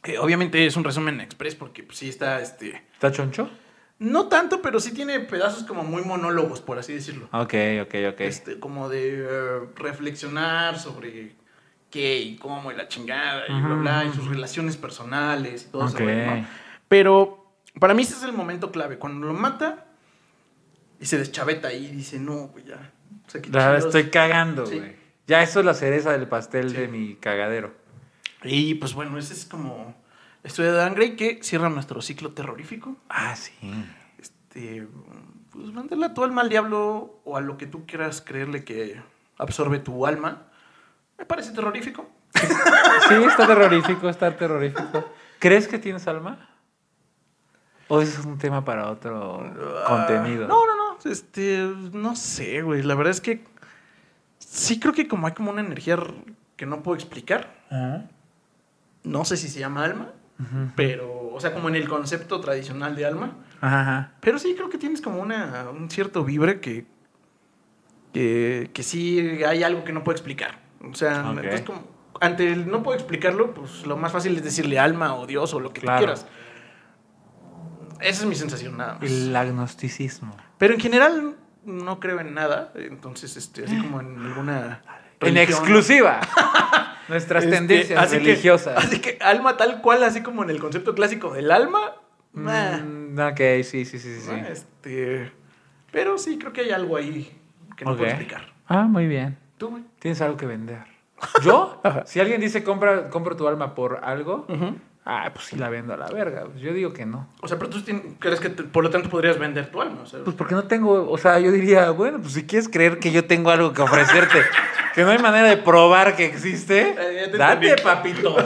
Que obviamente es un resumen express porque pues, sí está, este...
¿Está choncho?
No tanto, pero sí tiene pedazos como muy monólogos, por así decirlo.
Ok, ok, ok.
Este, como de eh, reflexionar sobre qué y cómo y la chingada y bla, bla, y sus relaciones personales y todo
Ok.
ese rollo, ¿no? Pero para mí ese es el momento clave. Cuando lo mata y se deschaveta ahí y dice, no, pues ya. O sea, qué
La
chingados".
estoy cagando,
Sí.
güey. Ya eso es la cereza del pastel
Sí.
de mi cagadero.
Y pues bueno, ese es como la historia de Dan Gray que cierra nuestro ciclo terrorífico.
Ah, sí.
Este, pues mándala tú alma al diablo o a lo que tú quieras creerle que absorbe tu alma. Me parece terrorífico.
Sí, está terrorífico, está terrorífico. ¿Crees que tienes alma? ¿O es un tema para otro contenido?
Ah, No, no, no. Este, no sé, güey. La verdad es que sí creo que como hay como una energía r- que no puedo explicar.
Ah.
No sé si se llama alma,
Ujú.
pero, o sea, como en el concepto tradicional de alma.
Ajá, ajá.
Pero sí creo que tienes como una, un cierto vibre que, que, que sí hay algo que no puedo explicar. O sea,
Ok.
entonces como, ante el no puedo explicarlo, pues lo más fácil es decirle alma o Dios o lo que
Claro.
tú quieras. Esa es mi sensación nada más.
El agnosticismo.
Pero en general no creo en nada, entonces este, así como en alguna
En
religión.
exclusiva. Nuestras
Este,
tendencias
así que-
religiosas.
así que alma tal cual, así como en el concepto clásico del alma. meh.
Mm, ok, sí, sí, sí, sí. sí.
¿no? Este, pero sí, creo que hay algo ahí que no
Ok.
puedo explicar.
Ah, muy bien.
¿Tú, güey?
Tienes algo que vender. ¿Yo? si alguien dice compra, compro tu alma por algo, ah, pues sí la vendo a la verga. Pues yo digo que no.
O sea, pero tú tien- crees que te- por lo tanto podrías vender tu alma. O sea,
Pues porque no tengo, o sea, yo diría, bueno, pues si quieres creer que yo tengo algo que ofrecerte, que no hay manera de probar que existe,
Eh, ya te
date,
entendí.
papito.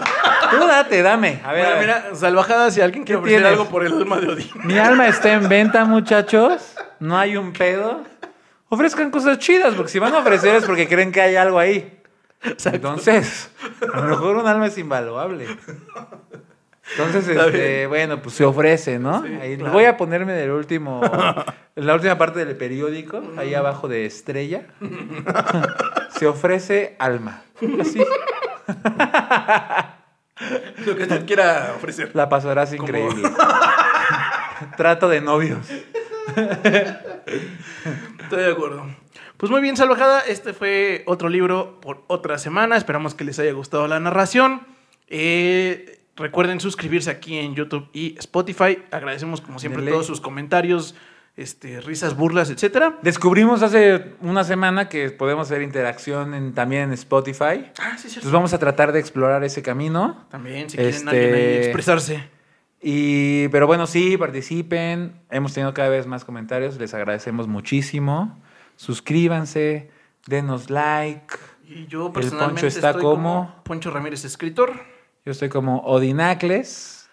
Tú date, dame. A ver,
mira,
a ver.
mira, salvajada, si alguien quiere
¿Qué
ofrecer
tienes?
algo por el alma de Odín.
Mi alma está en venta, muchachos. No hay un pedo. Ofrezcan cosas chidas, porque si van a ofrecer es porque creen que hay algo ahí. Entonces, a lo mejor un alma es invaluable. Entonces,
Está
este, bueno, pues se ofrece, ¿no?
Sí,
Ahí-
claro.
Voy a ponerme del último, la última parte del periódico, ahí abajo de estrella. se ofrece alma. Así,
Lo que usted quiera ofrecer.
la pasarás
Como-
increíble. Trato de novios.
Estoy de acuerdo. Pues muy bien, salvajada. Este fue otro libro por otra semana. Esperamos que les haya gustado la narración. Eh, recuerden suscribirse aquí en YouTube y Spotify. Agradecemos como siempre
Dele.
todos sus comentarios, este, risas, burlas, etcétera.
Descubrimos hace una semana que podemos hacer interacción en- también en Spotify.
Ah, sí, cierto.
Entonces vamos a tratar de explorar ese camino.
También, si quieren
Este-
alguien ahí expresarse.
Y, pero bueno, sí, participen. Hemos tenido cada vez más comentarios. Les agradecemos muchísimo. Suscríbanse, denos like.
Y yo
El
personalmente
Poncho está
estoy
como-
Poncho Ramírez, escritor.
Yo estoy como Odinacles.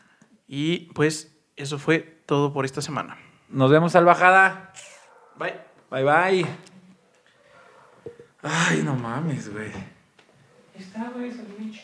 Y pues eso fue todo por esta semana.
Nos vemos al bajada.
Bye.
Bye bye. Ay, no mames, güey. Está, güey,